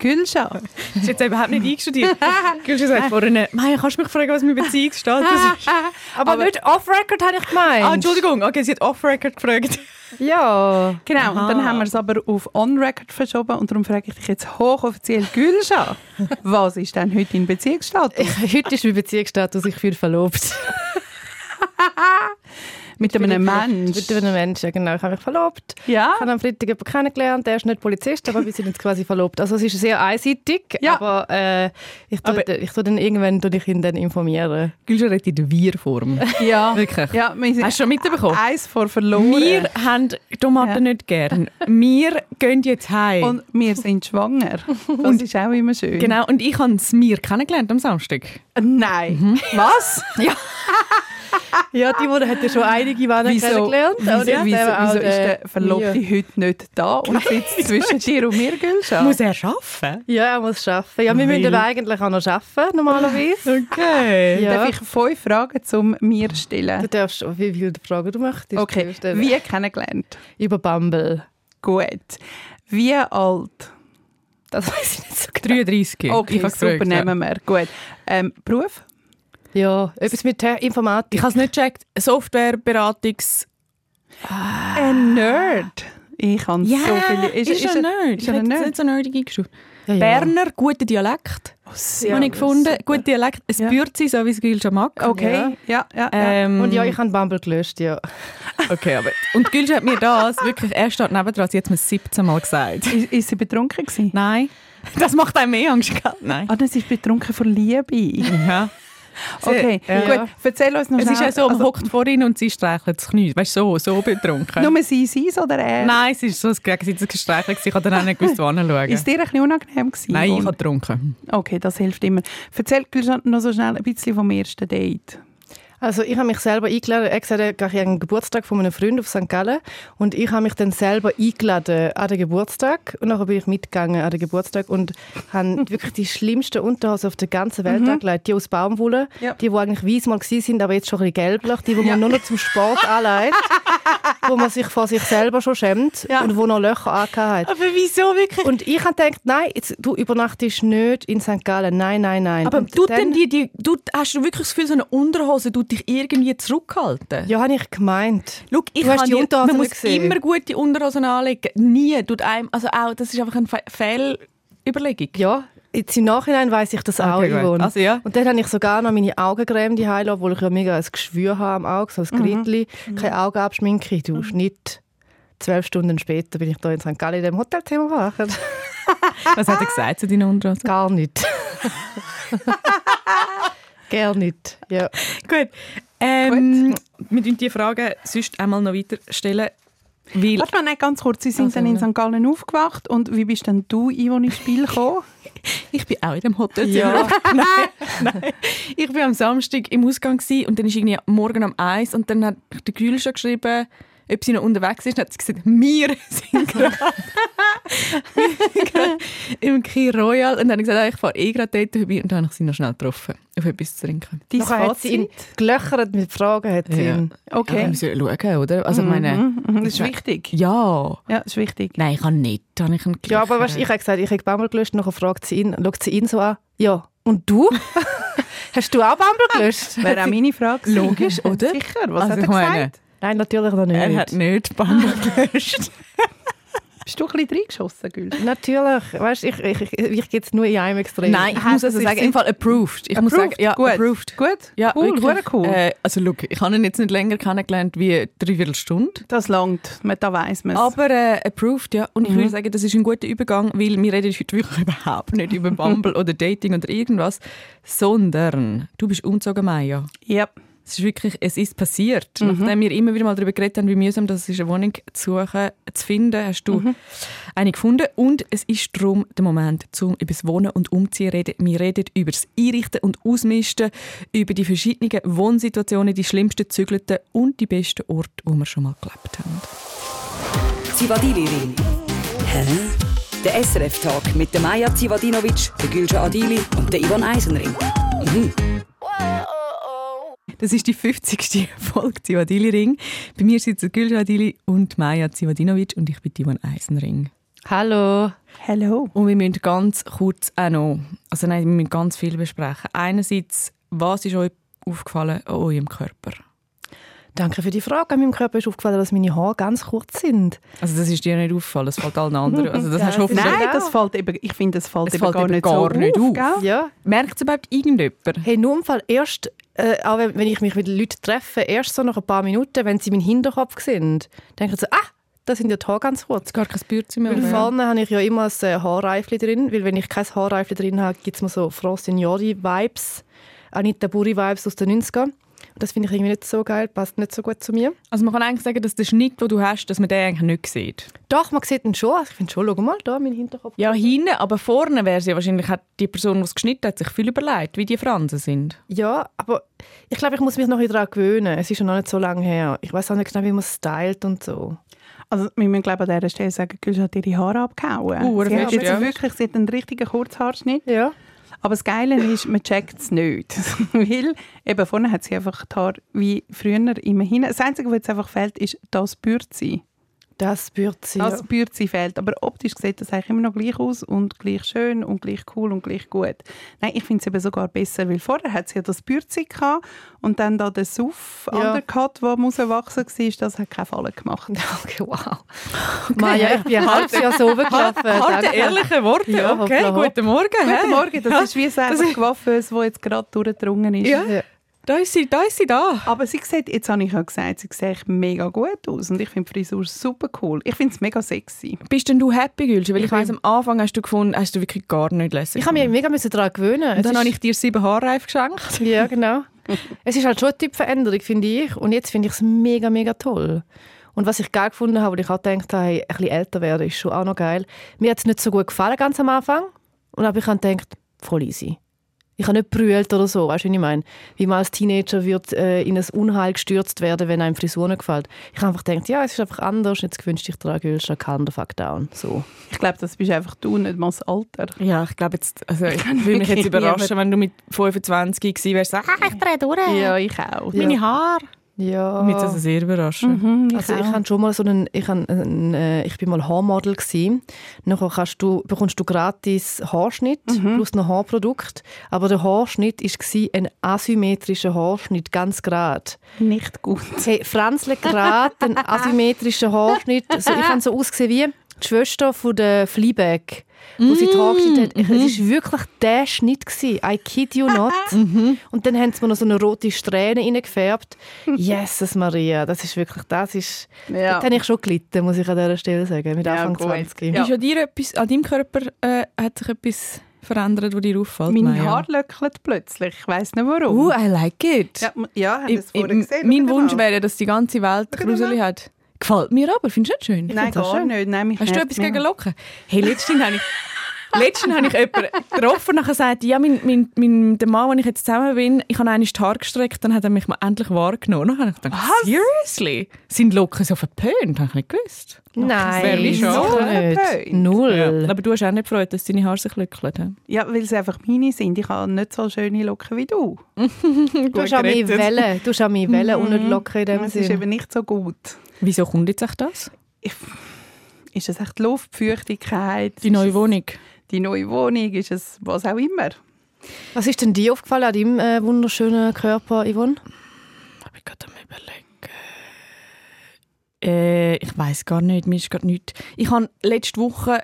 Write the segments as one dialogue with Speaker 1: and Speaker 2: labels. Speaker 1: Gülscha.
Speaker 2: Das ist jetzt überhaupt nicht eingestudiert. Gülscha sagt vorhin, Maya, kannst du mich fragen, was mein Beziehungsstatus
Speaker 1: Ah,
Speaker 2: ist?
Speaker 3: Aber,
Speaker 2: Aber-
Speaker 3: nicht off-record habe ich gemeint.
Speaker 2: Ah, Entschuldigung, okay, sie hat off-record gefragt.
Speaker 3: Ja.
Speaker 1: Genau, und dann haben wir es aber auf On-Record verschoben und darum frage ich dich jetzt hochoffiziell Gülscha. Was ist denn heute dein Beziehungsstatus?
Speaker 3: Heute ist mein Beziehungsstatus, ich fühle verlobt.
Speaker 1: Mit einem Mensch.
Speaker 3: Mit einem Menschen, genau. Ich habe mich verlobt.
Speaker 1: Ja?
Speaker 3: Ich habe am Freitag jemanden kennengelernt, der ist nicht Polizist, aber wir sind jetzt quasi verlobt. Also es ist sehr einseitig,
Speaker 1: Ja.
Speaker 3: aber, äh, ich, tu,
Speaker 2: Aber-
Speaker 3: ich tu dann irgendwann tu dich ihn dann informieren.
Speaker 2: Gülscha redet in der Wir-Form.
Speaker 1: Ja.
Speaker 2: Wirklich.
Speaker 1: Ja, wir sind
Speaker 2: Hast du schon mitbekommen?
Speaker 1: eins vor Ah, verloren.
Speaker 2: Wir haben Tomaten
Speaker 1: Ja.
Speaker 2: nicht gern. Wir gehen jetzt heim.
Speaker 1: und wir sind schwanger. Das ist auch immer schön.
Speaker 2: genau, und ich habe das Mir kennengelernt am Samstag.
Speaker 1: Nein. Mhm. Was?
Speaker 3: Ja, Timon hat ja schon einige Männer
Speaker 1: Wieso,
Speaker 3: kennengelernt.
Speaker 1: wieso,
Speaker 3: oder?
Speaker 1: wieso,
Speaker 3: Der war auch
Speaker 1: wieso ist der Verlobte heute nicht da und sitzt zwischen dir und mir, Gülscha?
Speaker 2: Muss er arbeiten?
Speaker 3: Ja, er muss arbeiten. Ja, wir müssen
Speaker 2: Weil-
Speaker 3: aber eigentlich auch noch arbeiten, normalerweise.
Speaker 2: Okay.
Speaker 3: Ja.
Speaker 1: Darf ich fünf Fragen zum mir stellen?
Speaker 3: Du darfst, auch, wie viele Fragen du möchtest.
Speaker 1: Okay,
Speaker 3: stellen.
Speaker 1: wie kennengelernt?
Speaker 3: Über Bumble.
Speaker 1: Gut. Wie alt?
Speaker 3: Das weiß ich nicht so genau.
Speaker 2: 33.
Speaker 1: Okay,
Speaker 2: Ich habe
Speaker 1: super,
Speaker 2: gefragt, ja.
Speaker 1: nehmen wir. Gut. Ähm, Beruf?
Speaker 3: Ja, etwas mit Te-
Speaker 2: Ich
Speaker 3: Informatik.
Speaker 2: habe es nicht gecheckt. Softwareberatungsjahr.
Speaker 1: Ein Nerd. Ich habe so viele...
Speaker 2: ein Nerd.
Speaker 1: ist
Speaker 2: Ist
Speaker 1: er
Speaker 2: ein
Speaker 1: ein
Speaker 2: Nerd.
Speaker 1: Nerd?
Speaker 2: nicht so nerdig eingestuft.
Speaker 3: Ja, ja.
Speaker 2: Berner, guter Dialekt.
Speaker 1: Oh,
Speaker 3: Ja,
Speaker 2: habe ich gefunden.
Speaker 3: super.
Speaker 2: Guter Dialekt. Es
Speaker 1: Ja.
Speaker 2: bührt sie, so wie es Gül schon mag.
Speaker 1: Okay, ja, ja. ja,
Speaker 2: Ähm,
Speaker 3: Und ja, ich habe Bumble gelöscht, ja.
Speaker 2: okay, aber... Und Gül hat mir das wirklich... Er steht nebendran, sie hat es mir 17 Mal gesagt.
Speaker 1: Ist, ist sie betrunken gewesen?
Speaker 2: Nein. Das macht einem mehr Angst, gell? Nein.
Speaker 1: Ah, nein, sie ist betrunken von Liebe.
Speaker 2: Ja.
Speaker 1: Okay,
Speaker 3: Ja.
Speaker 1: gut. Erzähl uns noch
Speaker 2: Es ist
Speaker 1: schnell-
Speaker 2: ja so, man hockt vor ihnen und sie streichelt das Knie. Weißt du, so, so betrunken.
Speaker 1: Nur sie, sie oder er?
Speaker 2: Nein, es ist so ein gegenseitiges Gestreichel. Ich habe dann auch nicht gewusst, wo hinschauen.
Speaker 1: Ist dir ein bisschen unangenehm gewesen?
Speaker 2: Nein, ich habe getrunken.
Speaker 1: Okay, das hilft immer. Erzähl Gülscha, noch so schnell ein bisschen vom ersten Date.
Speaker 3: Also ich habe mich selber eingeladen, er hat gesagt, er hat gleich einen Geburtstag von einem Freund auf St. Gallen und ich habe mich dann selber eingeladen an den Geburtstag und nachher bin ich mitgegangen an den Geburtstag und habe wirklich die schlimmsten Unterhosen auf der ganzen Welt angelegt, die aus Baumwolle,
Speaker 1: Ja.
Speaker 3: die, die eigentlich weiß mal gewesen sind, aber jetzt schon ein bisschen gelblich, die, die man nur noch zum Sport anlegt, wo man sich vor sich selber schon schämt
Speaker 1: Ja.
Speaker 3: und wo noch Löcher angehabt hat.
Speaker 2: Aber wieso wirklich?
Speaker 3: Und ich habe gedacht, nein, jetzt, du übernachtest nicht in St. Gallen, nein, nein, nein.
Speaker 2: Aber
Speaker 3: Und
Speaker 2: tut
Speaker 3: dann-
Speaker 2: denn die, die, du, hast du wirklich das Gefühl, so eine Unterhose tut dich irgendwie zurückhalten?
Speaker 3: Ja, habe ich gemeint.
Speaker 2: Schau, ich
Speaker 3: Du hast
Speaker 2: kann
Speaker 3: die
Speaker 2: dir-
Speaker 3: Unterhosen
Speaker 2: Man
Speaker 3: nicht
Speaker 2: muss
Speaker 3: gesehen.
Speaker 2: immer gute Unterhosen anlegen. Nie tut einem... Also auch, das ist einfach eine Fe- Fehlüberlegung.
Speaker 3: Ja, jetzt im Nachhinein weiß ich das auch,
Speaker 2: Okay, gut.
Speaker 3: Yvonne.
Speaker 2: Also ja.
Speaker 3: Und dann habe ich sogar noch meine Augencreme die heil, obwohl ich ja mega ein Geschwür habe am Auge, so
Speaker 2: Mhm.
Speaker 3: ein Gritli. Keine Augen abschminken, du Schnitt. Zwölf Stunden später bin ich da in St. Gallen in dem Hotelzimmer wachen.
Speaker 2: Was hat er gesagt zu deinen Unterhosen?
Speaker 3: Gar nicht. Gar nicht. Ja.
Speaker 2: Gut. Ähm, Wir tun die Fragen sonst einmal noch weiter stellen. Weil
Speaker 1: Warte mal, nein, ganz kurz. Sie sind
Speaker 3: Also,
Speaker 1: dann in
Speaker 3: ne.
Speaker 1: St. Gallen aufgewacht und wie bist denn du, Yvonne, ins Spiel gekommen?
Speaker 2: ich bin auch in dem Hotel.
Speaker 3: Ja.
Speaker 2: nein, nein. Ich war am Samstag im Ausgang gewesen und dann ist irgendwie morgen um eins und dann hat der Gül schon geschrieben, ob sie noch unterwegs ist. Dann hat sie gesagt, wir sind gerade im Key Royal. Und dann habe ich gesagt, ah, ich fahre eh gerade dort vorbei. Und dann habe ich sie noch schnell getroffen, auf etwas zu trinken.
Speaker 1: Dein
Speaker 3: Nachher hat sie ihn
Speaker 1: Fazit?
Speaker 3: gelöchert mit Fragen. Hat sie
Speaker 2: Ja.
Speaker 3: ihn.
Speaker 2: Aber wir
Speaker 1: Okay.
Speaker 2: müssen schauen, oder? Also, ich meine,
Speaker 1: Mhm, mhm, das ist wichtig.
Speaker 2: ja.
Speaker 1: Ja, das ist wichtig.
Speaker 2: Nein, ich habe nicht. Habe ich einen
Speaker 3: Ja, aber weißt, du, ich habe gesagt, ich habe Bumble gelöscht. Nachher fragt sie ihn, schaut sie ihn so an. Ja, und du? Hast du auch Bumble gelöscht?
Speaker 1: Wäre auch meine Frage gewesen.
Speaker 2: Logisch, oder?
Speaker 1: Sicher, was
Speaker 2: Also,
Speaker 1: hat er
Speaker 2: ich meine-
Speaker 1: gesagt?
Speaker 3: Nein, natürlich noch nicht.
Speaker 2: Er hat nicht Bumble
Speaker 1: Ah.
Speaker 2: gelöscht.
Speaker 1: Bist du ein bisschen reingeschossen, Gül?
Speaker 3: Natürlich, weißt ich, ich, ich, ich gehe jetzt nur in einem Extrem.
Speaker 2: Nein, ich muss also sagen, im Fall approved. Ich muss sagen, ja,
Speaker 1: gut.
Speaker 2: approved.
Speaker 1: Gut,
Speaker 2: Ja,
Speaker 1: cool,
Speaker 2: wirklich.
Speaker 1: wirklich. cool.
Speaker 2: Äh, also, look, ich habe ihn jetzt nicht länger kennengelernt wie dreiviertel Stunde.
Speaker 1: das langt, Man- da weiss man es.
Speaker 2: Aber äh, approved, ja. Und ich
Speaker 1: Mhm.
Speaker 2: würde sagen, das ist ein guter Übergang, weil wir reden heute wirklich überhaupt nicht über Bumble oder Dating oder irgendwas, sondern du bist umgezogen, Maya.
Speaker 1: Yep.
Speaker 2: Es ist wirklich, es ist passiert. Nachdem wir immer wieder mal darüber geredet haben, wie mühsam das ist, eine Wohnung zu suchen, zu finden, hast du eine gefunden. Und es ist darum der Moment, um über das Wohnen und Umziehen zu reden. Wir reden über das Einrichten und Ausmisten, über die verschiedenen Wohnsituationen, die schlimmsten Zügelten und die besten Orte, wo wir schon mal gelebt haben.
Speaker 4: Zivadilerin. Hä? Der SRF-Tag mit der Maja Zivadinovic, der Gülce Adili und der Ivan Eisenring.
Speaker 2: Das ist die 50. Folge Zivadili Ring. Bei mir sitzen Gülja Adili und Maja Zivadinovic und ich bin Ivan Eisenring.
Speaker 3: Hallo.
Speaker 1: Hello.
Speaker 2: Und wir müssen ganz kurz auch noch, also nein, wir müssen ganz viel besprechen. Einerseits, was ist euch aufgefallen an eurem Körper?
Speaker 3: Danke für die Frage. An meinem Körper ist aufgefallen, dass meine Haare ganz kurz sind.
Speaker 2: Also das ist dir nicht aufgefallen, das fällt allen anderen. Also das
Speaker 3: Ja,
Speaker 2: hast
Speaker 3: es
Speaker 2: du
Speaker 3: ist-
Speaker 2: hoffentlich...
Speaker 1: Nein,
Speaker 3: auch.
Speaker 1: das fällt eben, ich finde, das fällt,
Speaker 2: Es
Speaker 1: eben
Speaker 2: fällt
Speaker 1: gar,
Speaker 2: eben
Speaker 1: nicht
Speaker 2: gar
Speaker 1: so
Speaker 2: nicht auf.
Speaker 1: gell?
Speaker 3: Ja.
Speaker 2: Merkt es überhaupt irgendjemand?
Speaker 3: Hey, nur im Fall erst, äh, auch wenn, wenn ich mich mit Leuten treffe, erst so nach ein paar Minuten, wenn sie meinen Hinterkopf sehen, denken sie, ah, das sind ja die Haare ganz kurz.
Speaker 2: Gar kein Bürzi mehr.
Speaker 3: Weil
Speaker 2: oder?
Speaker 3: vorne habe ich ja immer ein äh, Haarreifli drin, weil wenn ich kein Haarreifli drin habe, gibt es mir so Frostinjori-Vibes, Anita Buri-Vibes aus den 90ern. Und das finde ich irgendwie nicht so geil, passt nicht so gut zu mir.
Speaker 2: Also man kann eigentlich sagen, dass der Schnitt, den du hast, dass man den eigentlich nicht sieht.
Speaker 3: Doch, man sieht ihn schon. Also ich finde schon, schau mal, da mein Hinterkopf.
Speaker 2: Ja, hinten, aber vorne wäre sie wahrscheinlich, hat die Person, die es geschnitten hat, sich viel überlegt, wie die Fransen sind.
Speaker 3: Ja, aber ich glaube, ich muss mich noch ein bisschen daran gewöhnen. Es ist schon noch nicht so lange her. Ich weiß auch nicht genau, wie man es stylt und so.
Speaker 1: Also, wir müssen glaube ich, an dieser Stelle sagen, Gülsch hat ihre Haare abgehauen.
Speaker 2: Uh,
Speaker 1: sie,
Speaker 2: fest,
Speaker 1: hat jetzt
Speaker 2: ja.
Speaker 1: wirklich, sie hat einen richtigen Kurzhaarschnitt.
Speaker 3: Ja.
Speaker 1: Aber das Geile ist, man checkt es nicht. Weil eben vorne hat sie einfach die Haare wie früher immer hin. Das Einzige, was jetzt einfach fehlt, ist das Bürzi.
Speaker 3: Das spürt sie.
Speaker 1: Das
Speaker 2: Also,
Speaker 3: ja.
Speaker 1: Bürzi fehlt. Aber optisch sieht das eigentlich immer noch gleich aus und gleich schön und gleich cool und gleich gut. Nein, ich finde es eben sogar besser, weil vorher hat sie ja das Bürzi gehabt und dann da den Suff
Speaker 3: Ja.
Speaker 1: Undercut, der muss erwachsen war, das hat keinen Fallen gemacht.
Speaker 3: Okay, wow. Maja, ich bin halb Jahr so
Speaker 2: Halt,
Speaker 3: runtergelaufen.
Speaker 2: Harte,
Speaker 3: Danke.
Speaker 2: ehrliche Ah, Worte.
Speaker 3: Ja,
Speaker 2: okay,
Speaker 3: hoppla, hopp.
Speaker 2: guten Morgen. hey.
Speaker 1: Guten Morgen, das ist wie ein
Speaker 2: ist-
Speaker 1: Gewaffes, das jetzt gerade durchgedrungen ist.
Speaker 2: Ja. Da ist sie, da ist sie da.
Speaker 1: Aber sie sieht, jetzt habe ich ja gesagt, sie sieht mega gut aus und ich finde die Frisur super cool. Ich finde es mega sexy.
Speaker 2: Bist denn du happy, Gülsch? Weil ich, weiss, am Anfang hast du gefunden, hast du wirklich gar nicht lässig
Speaker 3: Ich habe mich mega müssen daran gewöhnen.
Speaker 2: Und dann
Speaker 3: Es
Speaker 2: habe
Speaker 3: ist-
Speaker 2: ich dir sieben Haarreif geschenkt.
Speaker 3: Ja, genau. es ist halt schon eine Typveränderung, finde ich. Und jetzt finde ich es mega, mega toll. Und was ich geil gefunden habe, wo ich auch gedacht habe, hey, ein bisschen älter werden ist schon auch noch geil. Mir hat es nicht so gut gefallen ganz am Anfang. Und aber ich habe gedacht, voll easy. Ich habe nicht brüllt oder so, weißt du, wie ich meine? Wie man als Teenager wird äh, in ein Unheil gestürzt werden, wenn einem die Frisur nicht gefällt. Ich habe einfach gedacht, ja, es ist einfach anders, jetzt gewünscht dich daran, Gülscha, calm the fuck down. So.
Speaker 1: Ich glaube, das bist einfach du, nicht mal das Alter.
Speaker 2: Ja, ich glaube jetzt, also ich würde mich jetzt
Speaker 1: wirklich
Speaker 2: überraschen, wenn du mit 25 gewesen wärst, sagst, ah, ich drehe durch.
Speaker 1: Ja, Hm, ich auch.
Speaker 3: Ja.
Speaker 2: Meine Haare.
Speaker 3: Ja.
Speaker 2: Mich würde das sehr überraschen.
Speaker 3: Also ich habe schon mal so einen, ich, han einen, äh, ich bin mal Haarmodel gewesen. Nachher kannst du, bekommst du gratis Haarschnitt plus noch Haarprodukt. Aber der Haarschnitt ist gsi ein asymmetrischer Haarschnitt, ganz gerade.
Speaker 1: Nicht gut.
Speaker 3: Hey, Franzle gerade einen asymmetrischen Haarschnitt. Also ich habe so ausgesehen wie die Schwester von der Fleabag, wo sie die Haare geschnitten hat. Ich- Es war wirklich der Schnitt. Gewesen. I kid you not. Und dann haben sie mir noch so eine rote Strähne reingefärbt. Jesus Maria, das ist wirklich, das ist...
Speaker 1: Ja.
Speaker 3: Dort habe ich schon gelitten, muss ich an dieser Stelle sagen, mit
Speaker 1: Ja,
Speaker 3: Anfang
Speaker 1: gut.
Speaker 3: 20.
Speaker 1: Ja.
Speaker 2: Ist an, dir etwas, an deinem Körper äh, hat sich etwas verändert, was dir auffällt?
Speaker 1: Meine
Speaker 2: Maja?
Speaker 1: Haare löckeln plötzlich. Ich weiss nicht warum.
Speaker 2: Uh, I like it.
Speaker 1: ja, m- ja, haben
Speaker 2: Ich-
Speaker 1: wir es vorher
Speaker 2: ich-
Speaker 1: gesehen?
Speaker 2: mein
Speaker 1: Schau
Speaker 2: Wunsch
Speaker 1: mal.
Speaker 2: wäre, dass die ganze Welt
Speaker 1: Schau mal.
Speaker 2: Gruseli hat. Gefällt mir aber, findest du nicht schön?
Speaker 1: Nein,
Speaker 3: Ich find's auch
Speaker 1: gar
Speaker 3: schön.
Speaker 1: nicht. Nein, mich
Speaker 2: Hast du
Speaker 1: nervt's
Speaker 2: etwas gegen
Speaker 1: mega.
Speaker 2: Locken? Hey, letztens habe ich... Letztens habe ich jemanden getroffen und nachher sagte, ja, mein, mein, mein, der Mann, mit dem ich jetzt zusammen bin, ich habe einmal die Haare gestreckt, dann hat er mich mal endlich wahrgenommen. Dann habe ich gedacht, seriously? Sind Locken so verpönt? Habe ich nicht gewusst.
Speaker 3: Nein,
Speaker 2: Wirklich schon?
Speaker 3: so
Speaker 1: Point.
Speaker 3: nicht. Null.
Speaker 2: Aber du hast auch nicht gefreut, dass deine Haare sich lückeln.
Speaker 1: Ja, weil sie einfach meine sind. Ich habe nicht so schöne Locken wie du.
Speaker 3: Du hast an mich Wellen, du hast an mich Wellen und nicht locker in dem
Speaker 1: Es Mhm. ist
Speaker 3: Sinne.
Speaker 1: eben nicht so gut.
Speaker 2: Wieso kommt jetzt echt das?
Speaker 1: Ist es echt die Luftfeuchtigkeit?
Speaker 2: Die neue
Speaker 1: ist
Speaker 2: Wohnung.
Speaker 1: es die neue Wohnung? Ist es was auch immer?
Speaker 3: Was ist denn dir aufgefallen an deinem äh, wunderschönen Körper, Yvonne?
Speaker 2: Ich bin gerade am überlegen. Äh, ich weiß gar nicht, mir ist gerade nichts. Ich habe letzte Woche,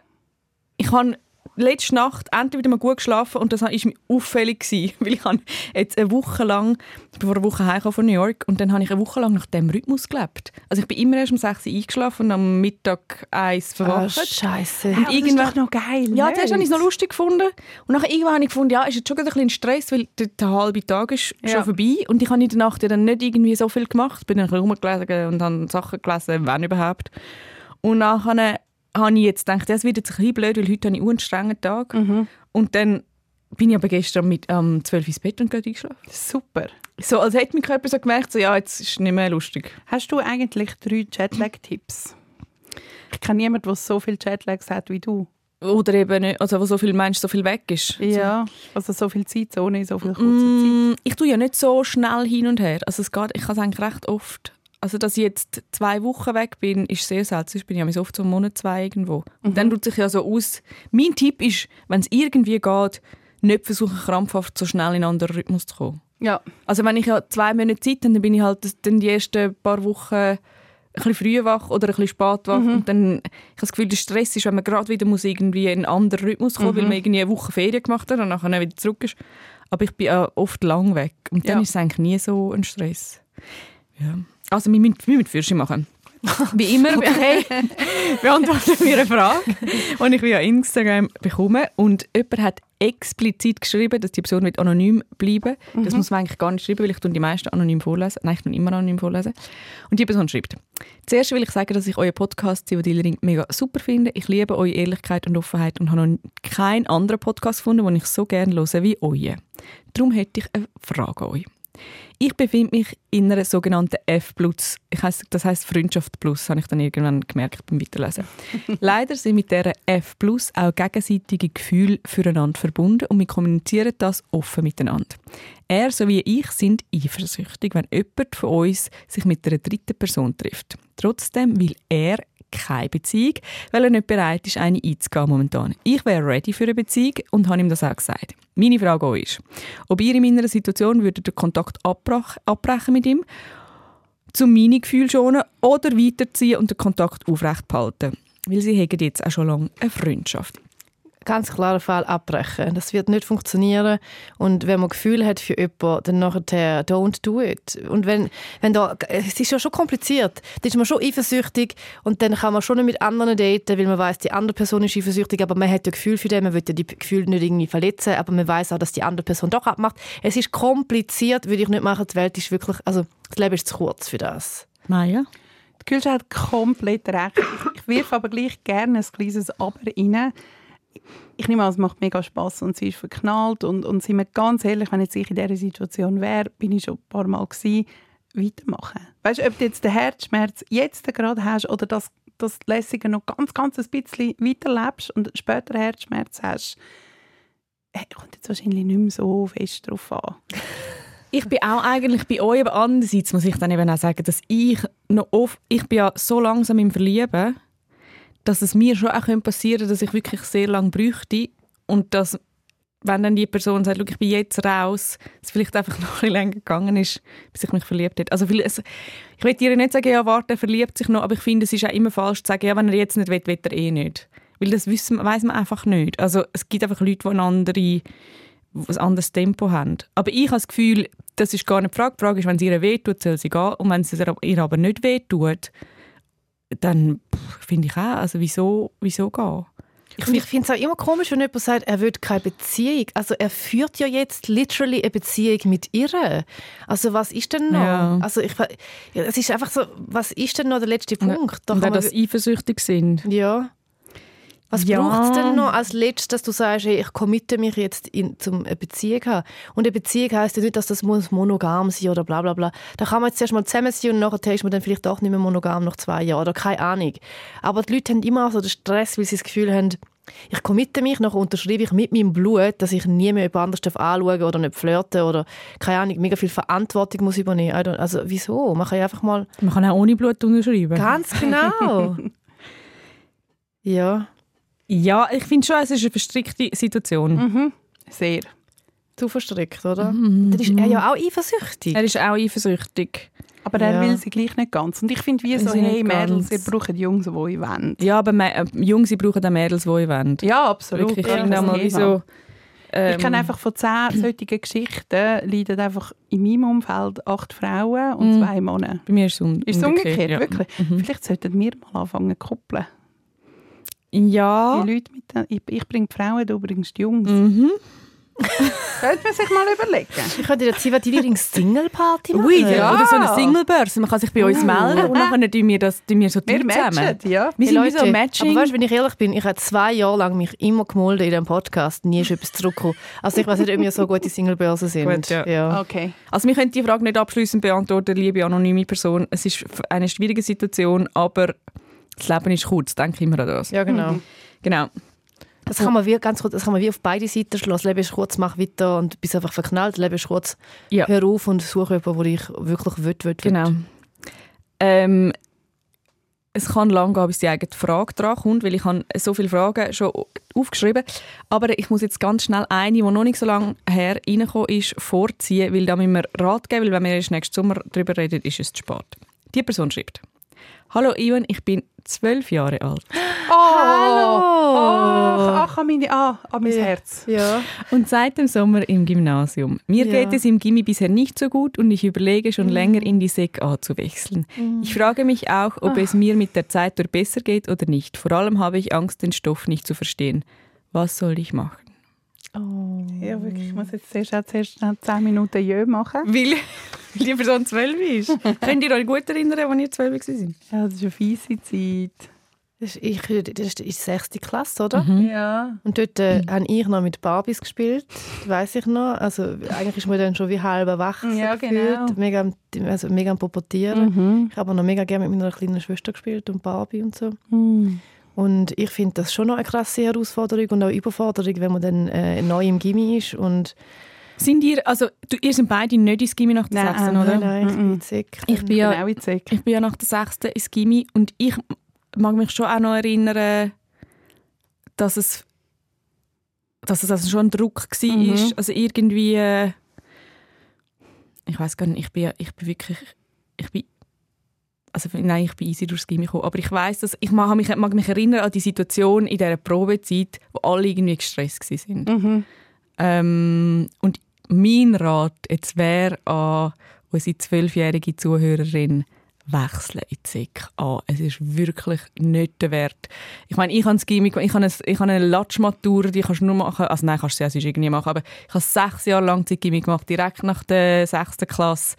Speaker 2: ich habe letzte Nacht endlich wieder mal gut geschlafen und das war mir auffällig gewesen, weil ich habe jetzt eine Woche lang, ich bin vor einer Woche heimgekommen von New York und dann habe ich eine Woche lang nach dem Rhythmus gelebt. Also ich bin immer erst um 6 Uhr eingeschlafen und am Mittag eins
Speaker 3: Ah,
Speaker 2: verwacht.
Speaker 3: scheiße.
Speaker 1: Ja, aber
Speaker 2: irgendwann-
Speaker 1: noch geil.
Speaker 2: Ja, das
Speaker 1: nicht?
Speaker 2: habe ich noch lustig gefunden. Und nachher irgendwann habe ich gefunden, ja, ist jetzt schon gerade ein bisschen Stress, weil der, der halbe Tag ist schon
Speaker 1: Ja.
Speaker 2: vorbei und ich habe in der Nacht ja dann nicht irgendwie so viel gemacht. Bin dann ein bisschen rumgelegen und habe Sachen gelesen, wenn überhaupt. Und nachher habe ich jetzt gedacht, das wird jetzt ein bisschen blöd, weil heute habe ich einen strengen Tag.
Speaker 1: Mhm.
Speaker 2: Und dann bin ich aber gestern mit ähm, 12 Uhr ins Bett und gerade eingeschlafen.
Speaker 1: Super.
Speaker 2: So, als hätte mein Körper so gemerkt, so, ja, jetzt ist es nicht mehr lustig.
Speaker 1: Hast du eigentlich drei Jetlag-Tipps? Ich kenne niemanden, der so viele Jetlags hat wie du.
Speaker 2: Oder eben nicht, also wo so viel Mensch so viel weg ist.
Speaker 1: Ja. Also so viel Zeit, ohne so viel kurze Zeit.
Speaker 2: Ähm, Mm, ich tue ja nicht so schnell hin und her. Also es geht, ich kann es eigentlich recht oft Also, dass ich jetzt zwei Wochen weg bin, ist sehr selten. Sonst bin ich ja oft so einen Monat, zwei irgendwo. Und dann tut sich ja so aus. Mein Tipp ist, wenn es irgendwie geht, nicht versuchen, krampfhaft so schnell in einen anderen Rhythmus zu kommen.
Speaker 1: Ja.
Speaker 2: Also wenn ich ja zwei Monate Zeit habe, dann bin ich halt dann die ersten paar Wochen ein bisschen früh wach oder ein bisschen spät wach. Und dann, ich habe das Gefühl, der Stress ist, wenn man gerade wieder muss irgendwie in einen anderen Rhythmus kommen weil man irgendwie eine Woche Ferien gemacht hat und nachher wieder zurück ist. Aber ich bin ja oft lang weg. Und dann
Speaker 1: Ja.
Speaker 2: ist es eigentlich nie so ein Stress. Ja. Also wir müssen, wir müssen Fürsche machen. Wie immer, okay, beantworten wir eine Frage, die ich via Instagram bekomme. Und jemand hat explizit geschrieben, dass die Person wird anonym bleiben Das muss man eigentlich gar nicht schreiben, weil ich tue die meisten anonym vorlesen. Nein, ich tue immer anonym vorlesen. Und die Person schreibt, zuerst will ich sagen, dass ich euren Podcast Zivadilering mega super finde. Ich liebe eure Ehrlichkeit und Offenheit und habe noch keinen anderen Podcast gefunden, den ich so gerne höre wie euren. Darum hätte ich eine Frage an euch. Ich befinde mich in einer sogenannten F-Plus. Ich heiss, das heißt Freundschaft Plus, habe ich dann irgendwann gemerkt beim Weiterlesen. Leider sind mit dieser F-Plus auch gegenseitige Gefühle füreinander verbunden und wir kommunizieren das offen miteinander. Er sowie ich sind eifersüchtig, wenn jemand von uns sich mit einer dritten Person trifft. Trotzdem will er keine Beziehung, weil er nicht bereit ist, eine einzugehen momentan. Ich wäre ready für eine Beziehung und habe ihm das auch gesagt. Meine Frage an euch ist, ob ihr in meiner Situation würdet den Kontakt abbrach, abbrechen mit ihm, zum meine Gefühle schonen oder weiterziehen und den Kontakt aufrecht behalten. Weil sie hegen jetzt auch schon lange eine Freundschaft.
Speaker 3: Ganz klarer Fall abbrechen. Das wird nicht funktionieren. Und wenn man Gefühl hat für jemanden, dann nachher don't do it. Und wenn, wenn da, es ist ja schon kompliziert. Dann ist man schon eifersüchtig und dann kann man schon nicht mit anderen daten, weil man weiß, die andere Person ist eifersüchtig, aber man hat ja Gefühl für den, man will ja die Gefühle nicht irgendwie verletzen, aber man weiß auch, dass die andere Person doch abmacht. Es ist kompliziert, würde ich nicht machen. Die Welt ist wirklich, also das Leben ist zu kurz für das.
Speaker 2: Maja?
Speaker 1: Die Gülscha hat komplett recht. Ich- Ich wirf aber gleich gerne ein kleines Aber rein. Ich nehme an, es macht mega Spass und sie ist verknallt. Und, und sind wir ganz ehrlich, wenn jetzt ich in dieser Situation wäre, bin ich schon ein paar Mal gewesen, weitermachen. Weißt du, ob du jetzt den Herzschmerz jetzt gerade hast oder das, das Lässige noch ganz, ganz ein bisschen weiterlebst und später Herzschmerz hast, hey, kommt jetzt wahrscheinlich nicht mehr so fest drauf an.
Speaker 2: Ich bin auch eigentlich bei euch, aber andererseits muss ich dann eben auch sagen, dass ich noch oft, ich bin ja so langsam im Verlieben, dass es mir schon auch könnte passieren könnte, dass ich wirklich sehr lange bräuchte und dass, wenn dann die Person sagt, «Schau, ich bin jetzt raus, es vielleicht einfach noch ein bisschen länger gegangen ist, bis ich mich verliebt habe. Also viel- es, ich will dir nicht sagen, ja, warte, er verliebt sich noch, aber ich finde, es ist auch immer falsch zu sagen, ja, wenn er jetzt nicht will, will er eh nicht. Weil das wissen, weiss man einfach nicht. Also es gibt einfach Leute, die eine andere ein anderes Tempo haben. Aber ich habe das Gefühl, das ist gar nicht die Frage. Die Frage ist, wenn es ihr wehtut, soll sie gehen. Und wenn es ihr- ihr aber nicht wehtut, dann pff, finde ich auch, also wieso, wieso gehen?
Speaker 3: Und ich finde es auch immer komisch, wenn jemand sagt, er will keine Beziehung. Also er führt ja jetzt literally eine Beziehung mit ihr. Also was ist denn noch?
Speaker 2: Ja.
Speaker 3: Also ich, ver- ja, es ist einfach so, was ist denn noch der letzte Punkt? Da
Speaker 2: Und
Speaker 3: kann
Speaker 2: wenn
Speaker 3: man
Speaker 2: das
Speaker 3: wi-
Speaker 2: eifersüchtig sind.
Speaker 3: ja. Was
Speaker 2: Ja.
Speaker 3: braucht es denn noch als letztes, dass du sagst, hey, ich committe mich jetzt in, zum eine Beziehung zu haben? Und eine Beziehung heisst ja nicht, dass das muss monogam sein oder bla bla bla. Da kann man jetzt erst mal zusammen sein und nachher ist man dann vielleicht auch nicht mehr monogam nach zwei Jahren oder keine Ahnung. Aber die Leute haben immer so den Stress, weil sie das Gefühl haben, ich committe mich, nachher unterschreibe ich mit meinem Blut, dass ich nie mehr jemand anderes anschauen darf oder nicht flirten oder keine Ahnung, mega viel Verantwortung muss übernehmen. I don't- Also wieso? Man kann ja einfach mal...
Speaker 2: Man kann auch ohne Blut unterschreiben.
Speaker 3: Ganz genau. ja.
Speaker 2: Ja, ich finde schon, es ist eine verstrickte Situation.
Speaker 1: Mhm. Sehr.
Speaker 3: zu verstrickt, oder? Dann ist er ja auch eifersüchtig.
Speaker 2: Mhm. Er ist auch eifersüchtig.
Speaker 1: Aber er
Speaker 3: Ja.
Speaker 1: will sie gleich nicht ganz. Und ich finde, wie
Speaker 2: Will
Speaker 1: so,
Speaker 2: sie nicht
Speaker 1: hey Mädels, ihr
Speaker 2: ganz.
Speaker 1: braucht Jungs, die ihr wollt.
Speaker 2: Ja, aber Me äh, Jungs, sie brauchen auch Mädels, die ich wollen.
Speaker 1: Ja, absolut.
Speaker 2: Wirklich, ich
Speaker 1: Ja,
Speaker 2: finde auch
Speaker 1: das
Speaker 2: mal,
Speaker 1: Thema.
Speaker 2: wieso... ähm,
Speaker 1: Ich kenne einfach von zehn solchen Geschichten, leiden einfach in meinem Umfeld acht Frauen und zwei Männer.
Speaker 2: Bei mir ist es um
Speaker 1: Ist es umgekehrt,
Speaker 2: ja. Mhm.
Speaker 1: wirklich? Vielleicht sollten wir mal anfangen zu koppeln.
Speaker 2: Ja. Ah.
Speaker 1: Die Leute mit den, ich, ich bringe die Frauen, du bringst die Jungs. Mhm. Sollte man sich mal überlegen.
Speaker 3: Ich könnte in der Zivilierung Single-Party machen.
Speaker 2: Ui, ja. oder so eine Singlebörse. Man kann sich bei uns melden und dann tun wir, das, tun wir so
Speaker 1: Wir
Speaker 2: Team zusammen.
Speaker 1: matchen, ja.
Speaker 2: Wir
Speaker 3: Hey,
Speaker 2: sind wie
Speaker 3: Leute,
Speaker 2: so Matching.
Speaker 3: aber weißt, du, wenn ich ehrlich bin, ich habe zwei Jahre lang mich immer gemolden in diesem Podcast, nie ist etwas zurückgekommen. Also ich weiß nicht, ob wir so gute Singlebörsen sind.
Speaker 2: Gut, ja.
Speaker 1: Okay.
Speaker 2: also wir können die Frage nicht abschließend beantworten, liebe anonyme Person. Es ist eine schwierige Situation, aber das Leben ist kurz, denke immer an das.
Speaker 3: Ja, genau.
Speaker 2: Genau.
Speaker 3: Das kann man wie ganz kurz, das kann man wie auf beide Seiten schlagen. Das Leben ist kurz, mach weiter und du bist einfach verknallt. Das Leben ist kurz,
Speaker 2: Ja.
Speaker 3: hör auf und suche jemanden, wo ich wirklich will, will, will.
Speaker 2: Genau. Ähm, es kann lang gehen, bis die eigene Frage dran kommt, weil ich habe so viele Fragen schon aufgeschrieben. Aber ich muss jetzt ganz schnell eine, die noch nicht so lange her reingekommen ist, vorziehen, weil da müssen wir Rat geben, weil wenn wir erst nächsten Sommer darüber reden, ist es zu spät. Die Person schreibt, «Hallo Ivan, ich bin zwölf Jahre alt
Speaker 1: Oh, Ach, ach, an, meine, ah, an mein Herz.
Speaker 3: Ja.
Speaker 2: und seit dem Sommer im Gymnasium. Mir
Speaker 3: Ja.
Speaker 2: geht es im Gimmi bisher nicht so gut und ich überlege schon länger in die Sek A zu wechseln. Ich frage mich auch, ob es mir mit der Zeit durch besser geht oder nicht. Vor allem habe ich Angst, den Stoff nicht zu verstehen. Was soll ich machen?
Speaker 3: Oh.
Speaker 1: Ja, wirklich, ich muss jetzt zuerst, auch zuerst noch 10 Minuten Jö machen.
Speaker 2: Weil die Person zwölf ist. Könnt ihr euch gut erinnern, als ihr zwölf waren?
Speaker 1: Ja, das ist eine fiese Zeit.
Speaker 3: Das ist, ich, das ist die sechste Klasse,
Speaker 2: Mhm.
Speaker 3: oder?
Speaker 1: Ja.
Speaker 3: Und dort äh, habe ich noch mit Barbies gespielt, weiß ich noch. Also eigentlich ist man dann schon wie halb erwachsen
Speaker 1: Ja, genau.
Speaker 3: gefühlt, mega, am- also mega am Popotieren. Ich habe auch noch mega gerne mit meiner kleinen Schwester gespielt und Barbie und so.
Speaker 1: Hm.
Speaker 3: Und ich finde das schon noch eine krasse Herausforderung und auch Überforderung, wenn man dann äh, neu im Gimmi ist. Und
Speaker 2: Sind ihr, also du, ihr sind beide nicht ins Gimmi nach der
Speaker 1: Nein,
Speaker 2: sechsten,
Speaker 1: nein,
Speaker 2: oder?
Speaker 3: nein, nein, ich bin sick.
Speaker 2: Ich bin
Speaker 1: Ja.
Speaker 2: ja
Speaker 1: Genau in die Säcke.
Speaker 2: Ich bin ja nach der sechsten ins Gimmi und ich mag mich schon auch noch erinnern, dass es, dass es also schon ein Druck war. ist. Also irgendwie, äh, ich weiß gar nicht, ich bin, ja- ich bin wirklich, ich bin, also nein, ich bin easy durchs Gimmi gekommen, aber ich weiß, dass ich mag mich, mag mich erinnern an die Situation in dieser Probezeit, wo alle irgendwie gestresst waren.
Speaker 1: Mhm.
Speaker 2: Ähm, und mein Rat jetzt wäre an unsere zwölfjährige Zuhörerin, wechseln in die SEC an. Es ist wirklich nicht der Wert. Ich meine, ich habe das Gimmick, ich habe, ein, ich habe eine Latschmatur, die kannst du nur machen, also nein, kannst du sie auch sonst irgendwie machen, aber ich habe sechs Jahre lang die Gimmick gemacht, direkt nach der sechsten Klasse.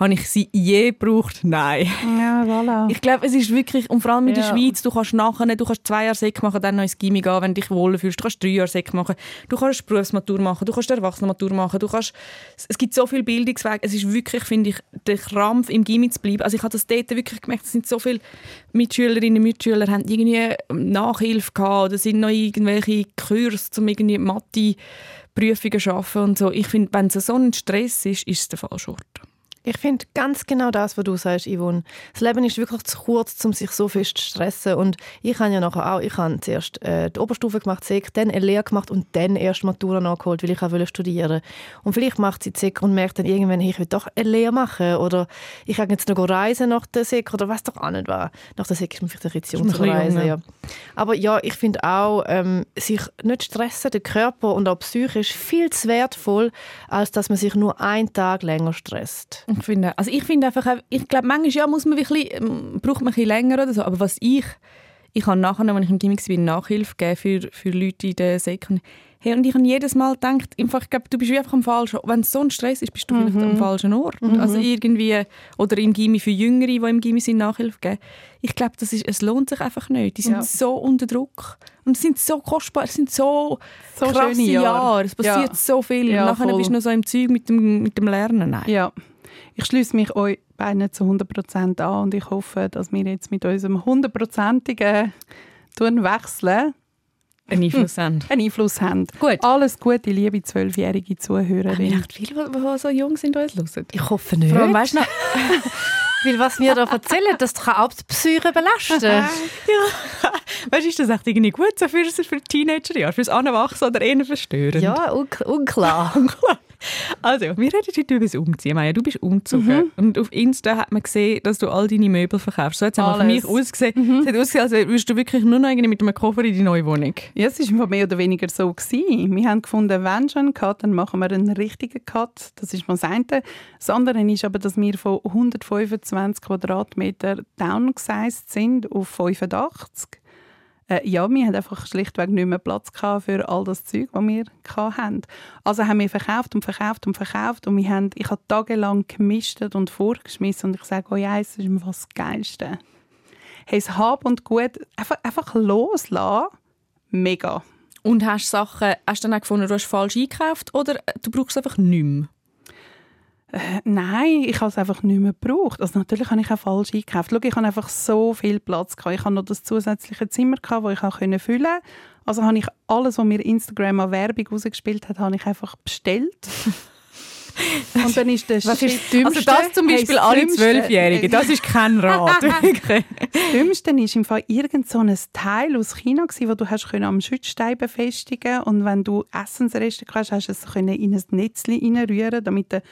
Speaker 2: Habe ich sie je gebraucht? Nein.
Speaker 1: Ja, voilà.
Speaker 2: Ich glaube, es ist wirklich, und vor allem in der
Speaker 3: Ja.
Speaker 2: Schweiz, du kannst nachher, du kannst zwei Jahre Sek machen, dann noch ins Gimmick gehen, wenn du dich wohlfühlst. Du kannst drei Jahre Sek machen, du kannst Berufsmatur machen, du kannst Erwachsenenmatur machen, du kannst, es- es gibt so viele Bildungswege. Es ist wirklich, finde ich, der Krampf, im Gimmick zu bleiben. Also ich habe das dort wirklich gemerkt, es sind so viele Mitschülerinnen und Mitschüler, haben irgendwie Nachhilfe gehabt oder sind noch irgendwelche Kurse, um irgendwie Mathe Prüfungen zu arbeiten und so. Ich finde, wenn es so ein Stress ist, ist es der falsche Ort.
Speaker 3: Ich finde ganz genau das, was du sagst, Yvonne. Das Leben ist wirklich zu kurz, um sich so fest zu stressen. Und ich habe ja nachher auch, ich habe zuerst äh, die Oberstufe gemacht, Sek, dann eine Lehre gemacht und dann erst die Matura nachgeholt, weil ich auch wollte studieren Und vielleicht macht sie die Sek und merkt dann irgendwann, hey, ich will doch eine Lehre machen oder ich kann jetzt noch reisen nach der Sek oder was doch auch nicht war. Nach der Sek ist man vielleicht ein bisschen jung
Speaker 2: man
Speaker 3: zu
Speaker 2: ein bisschen jung,
Speaker 3: reisen,
Speaker 2: ja.
Speaker 3: ja. Aber ja, ich finde auch, ähm, sich nicht stressen, der Körper und auch psychisch viel zu wertvoll, als dass man sich nur einen Tag länger stresst.
Speaker 2: Ich finde, also ich finde einfach, auch- ich glaube, manchmal ja, muss man wirklich, ähm, braucht man ein bisschen länger oder so. Aber was ich, ich habe nachher, als ich im Gimmick war, Nachhilfe gegeben für, für Leute in der Sek. Hey, und ich habe jedes Mal gedacht, einfach, ich glaube, du bist wie einfach am falschen Wenn es so ein Stress ist, bist du vielleicht am
Speaker 1: Mhm.
Speaker 2: falschen Ort. Also irgendwie, oder im Gimmick für Jüngere, die im Gimmick sind, Nachhilfe geben. Ich glaube, das ist, es lohnt sich einfach nicht. Die sind so unter Druck. Und es sind so kostbar, es sind so,
Speaker 1: So
Speaker 2: krasse
Speaker 1: schöne
Speaker 2: Jahre.
Speaker 1: Jahre.
Speaker 2: Es passiert
Speaker 1: Ja.
Speaker 2: so viel.
Speaker 1: Ja,
Speaker 2: und nachher
Speaker 1: voll.
Speaker 2: bist du noch so im Zeug mit dem, mit dem Lernen. Nein.
Speaker 1: Ja, ich schließe mich euch beiden zu 100% an und ich hoffe, dass wir jetzt mit unserem 100%igen Wechseln
Speaker 2: Einen Einfluss haben.
Speaker 1: einen Einfluss haben.
Speaker 2: Gut.
Speaker 1: Alles Gute, liebe zwölfjährige
Speaker 2: Haben wir
Speaker 1: Zuhörerin.
Speaker 2: echt viele, die die so jung sind, die uns hören?
Speaker 3: Ich hoffe nicht.
Speaker 2: Vor allem, weißt du noch,
Speaker 3: Weil was wir da erzählen, das kann auch die Psyche belasten.
Speaker 2: weißt, ist das echt irgendwie gut so für, für Teenagerjahr, fürs Anwachsen oder eher verstörend?
Speaker 3: ja, unk unklar.
Speaker 2: Also, wir reden heute über das Umziehen. Maja, du bist umgezogen. Und auf Insta hat man gesehen, dass du all deine Möbel verkaufst. So hat es einmal für mich
Speaker 1: Alles.
Speaker 2: ausgesehen. Es hat ausgesehen, als würdest du wirklich nur noch irgendwie mit einem Koffer in die neue Wohnung.
Speaker 1: Ja, es war mehr oder weniger so. Gewesen. Wir haben gefunden, wenn schon einen Cut, dann machen wir einen richtigen Cut. Das ist mal das eine. Das andere ist aber, dass wir von 125 Quadratmeter downgesized sind auf 85. Äh, ja, wir hatten einfach schlichtweg nicht mehr Platz gehabt für all das Zeug, das wir hatten. Also haben wir verkauft und verkauft und verkauft und wir haben, ich habe tagelang gemistet und vorgeschmissen und ich sage euch eins, das ist mir fast das Geilste. Hey, das Hab und Gut, einfach, einfach loslassen, mega.
Speaker 2: Und hast Sachen, hast du dann auch gefunden, du hast falsch eingekauft oder äh, du brauchst es einfach nicht mehr?
Speaker 1: Äh, Nein, ich habe es einfach nicht mehr gebraucht. Also natürlich habe ich auch falsch eingekauft. Schau, ich habe einfach so viel Platz. Gehabt. Ich habe noch das zusätzliche Zimmer, gehabt, das ich auch füllen konnte. Also habe ich alles, was mir Instagram an Werbung rausgespielt hat, habe ich einfach bestellt. Und dann ist das
Speaker 3: Was ist
Speaker 1: Shit-
Speaker 3: das Dümmste?
Speaker 2: Also das zum
Speaker 1: Hey,
Speaker 2: Beispiel
Speaker 1: das
Speaker 2: alle
Speaker 1: Schlimmste-
Speaker 2: Zwölfjährigen, das ist kein Rat. wirklich.
Speaker 1: Das Dümmste ist im Fall irgend so ein Teil aus China, gewesen, wo du hast können am Schützstein befestigen und wenn du Essensreste hast, hast du es können in ein Netz reinrühren, damit der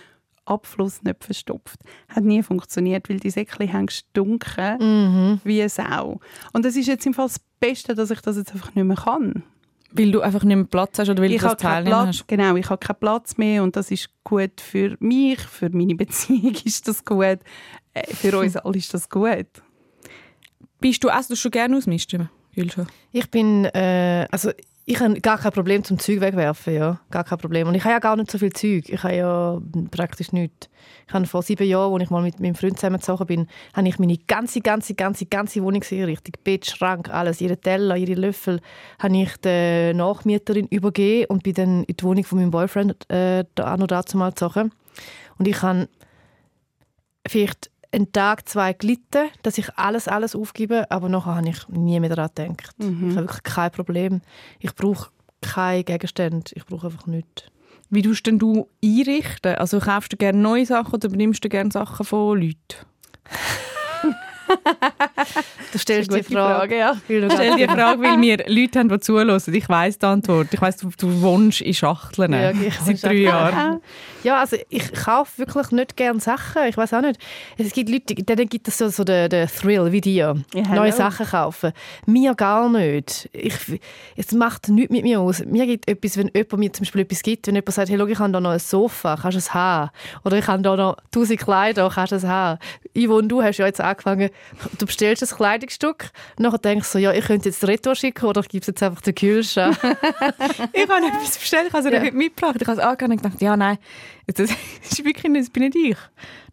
Speaker 1: Abfluss nicht verstopft. Hat nie funktioniert, weil die Säckchen haben
Speaker 2: Mhm.
Speaker 1: gestunken wie eine Sau. Und das ist jetzt im Fall das Beste, dass ich das jetzt einfach nicht mehr kann.
Speaker 2: Weil du einfach nicht mehr Platz hast oder weil
Speaker 1: ich
Speaker 2: du
Speaker 1: habe
Speaker 2: das
Speaker 1: keinen
Speaker 2: Teil nicht mehr
Speaker 1: Platz,
Speaker 2: hast.
Speaker 1: genau, ich habe keinen Platz mehr und das ist gut für mich, für meine Beziehung ist das gut, äh, für uns alle ist das gut.
Speaker 2: Bist du, also, du schon gerne ausmisten, Jülscha?
Speaker 3: Ich bin, äh, also ich habe gar kein Problem zum Zeug wegwerfen, ja, gar kein Problem. Und ich habe ja gar nicht so viel Zeug. Ich habe ja praktisch nichts. Ich habe vor sieben Jahren, als ich mal mit meinem Freund zusammengezogen bin, habe ich meine ganze, ganze, ganze, ganze Wohnung richtig Bett, Schrank, alles, ihre Teller, ihre Löffel, habe ich der Nachmieterin übergeben und bin dann in die Wohnung von meinem Boyfriend äh, da an und dazu mal gezogen. Und ich habe vielleicht einen Tag, zwei gelitten, dass ich alles, alles aufgebe, aber nachher habe ich nie mehr daran gedacht. Ich habe wirklich kein Problem. Ich brauche keine Gegenstände, ich brauche einfach nichts.
Speaker 2: Wie tust denn du einrichten? Also kaufst du gerne neue Sachen oder nimmst du gerne Sachen von Leuten?
Speaker 3: Du stellst
Speaker 1: Das
Speaker 3: die
Speaker 1: ist eine
Speaker 3: Frage.
Speaker 1: gute Frage, ja.
Speaker 3: Weil du
Speaker 2: Stell
Speaker 3: gerade-
Speaker 2: dir die Frage, weil wir Leute haben, die zuhören. Ich weiss die Antwort. Ich weiss, du, du wohnst in Schachteln
Speaker 3: Ja, ich wohne in
Speaker 2: seit drei
Speaker 3: Schachteln.
Speaker 2: Jahren.
Speaker 3: Ja, also ich kaufe wirklich nicht gerne Sachen. Ich weiß auch nicht. Es gibt Leute, die- denen gibt es so, so den, den Thrill wie dir.
Speaker 1: Ja, hallo.
Speaker 3: Neue Sachen kaufen. Mir gar nicht. Ich, es macht nichts mit mir aus. Mir gibt etwas, wenn jemand mir zum Beispiel etwas gibt, wenn jemand sagt, hey, schau, ich habe da noch ein Sofa, kannst du es haben? Oder ich habe da noch tausend Kleider, kannst du es haben? Yvonne, du hast ja jetzt angefangen, du bestellst ein Kleidungsstück, nachher denkst du so, ja, ich könnte jetzt Retour schicken oder ich gebe es jetzt einfach den Kühlschrank.
Speaker 2: Ich habe etwas bestellt, ich habe es ihr
Speaker 3: Ja.
Speaker 2: nicht mitgebracht. Ich habe es angehört und gedacht, ja, nein, das ist wirklich nicht, das bin nicht ich.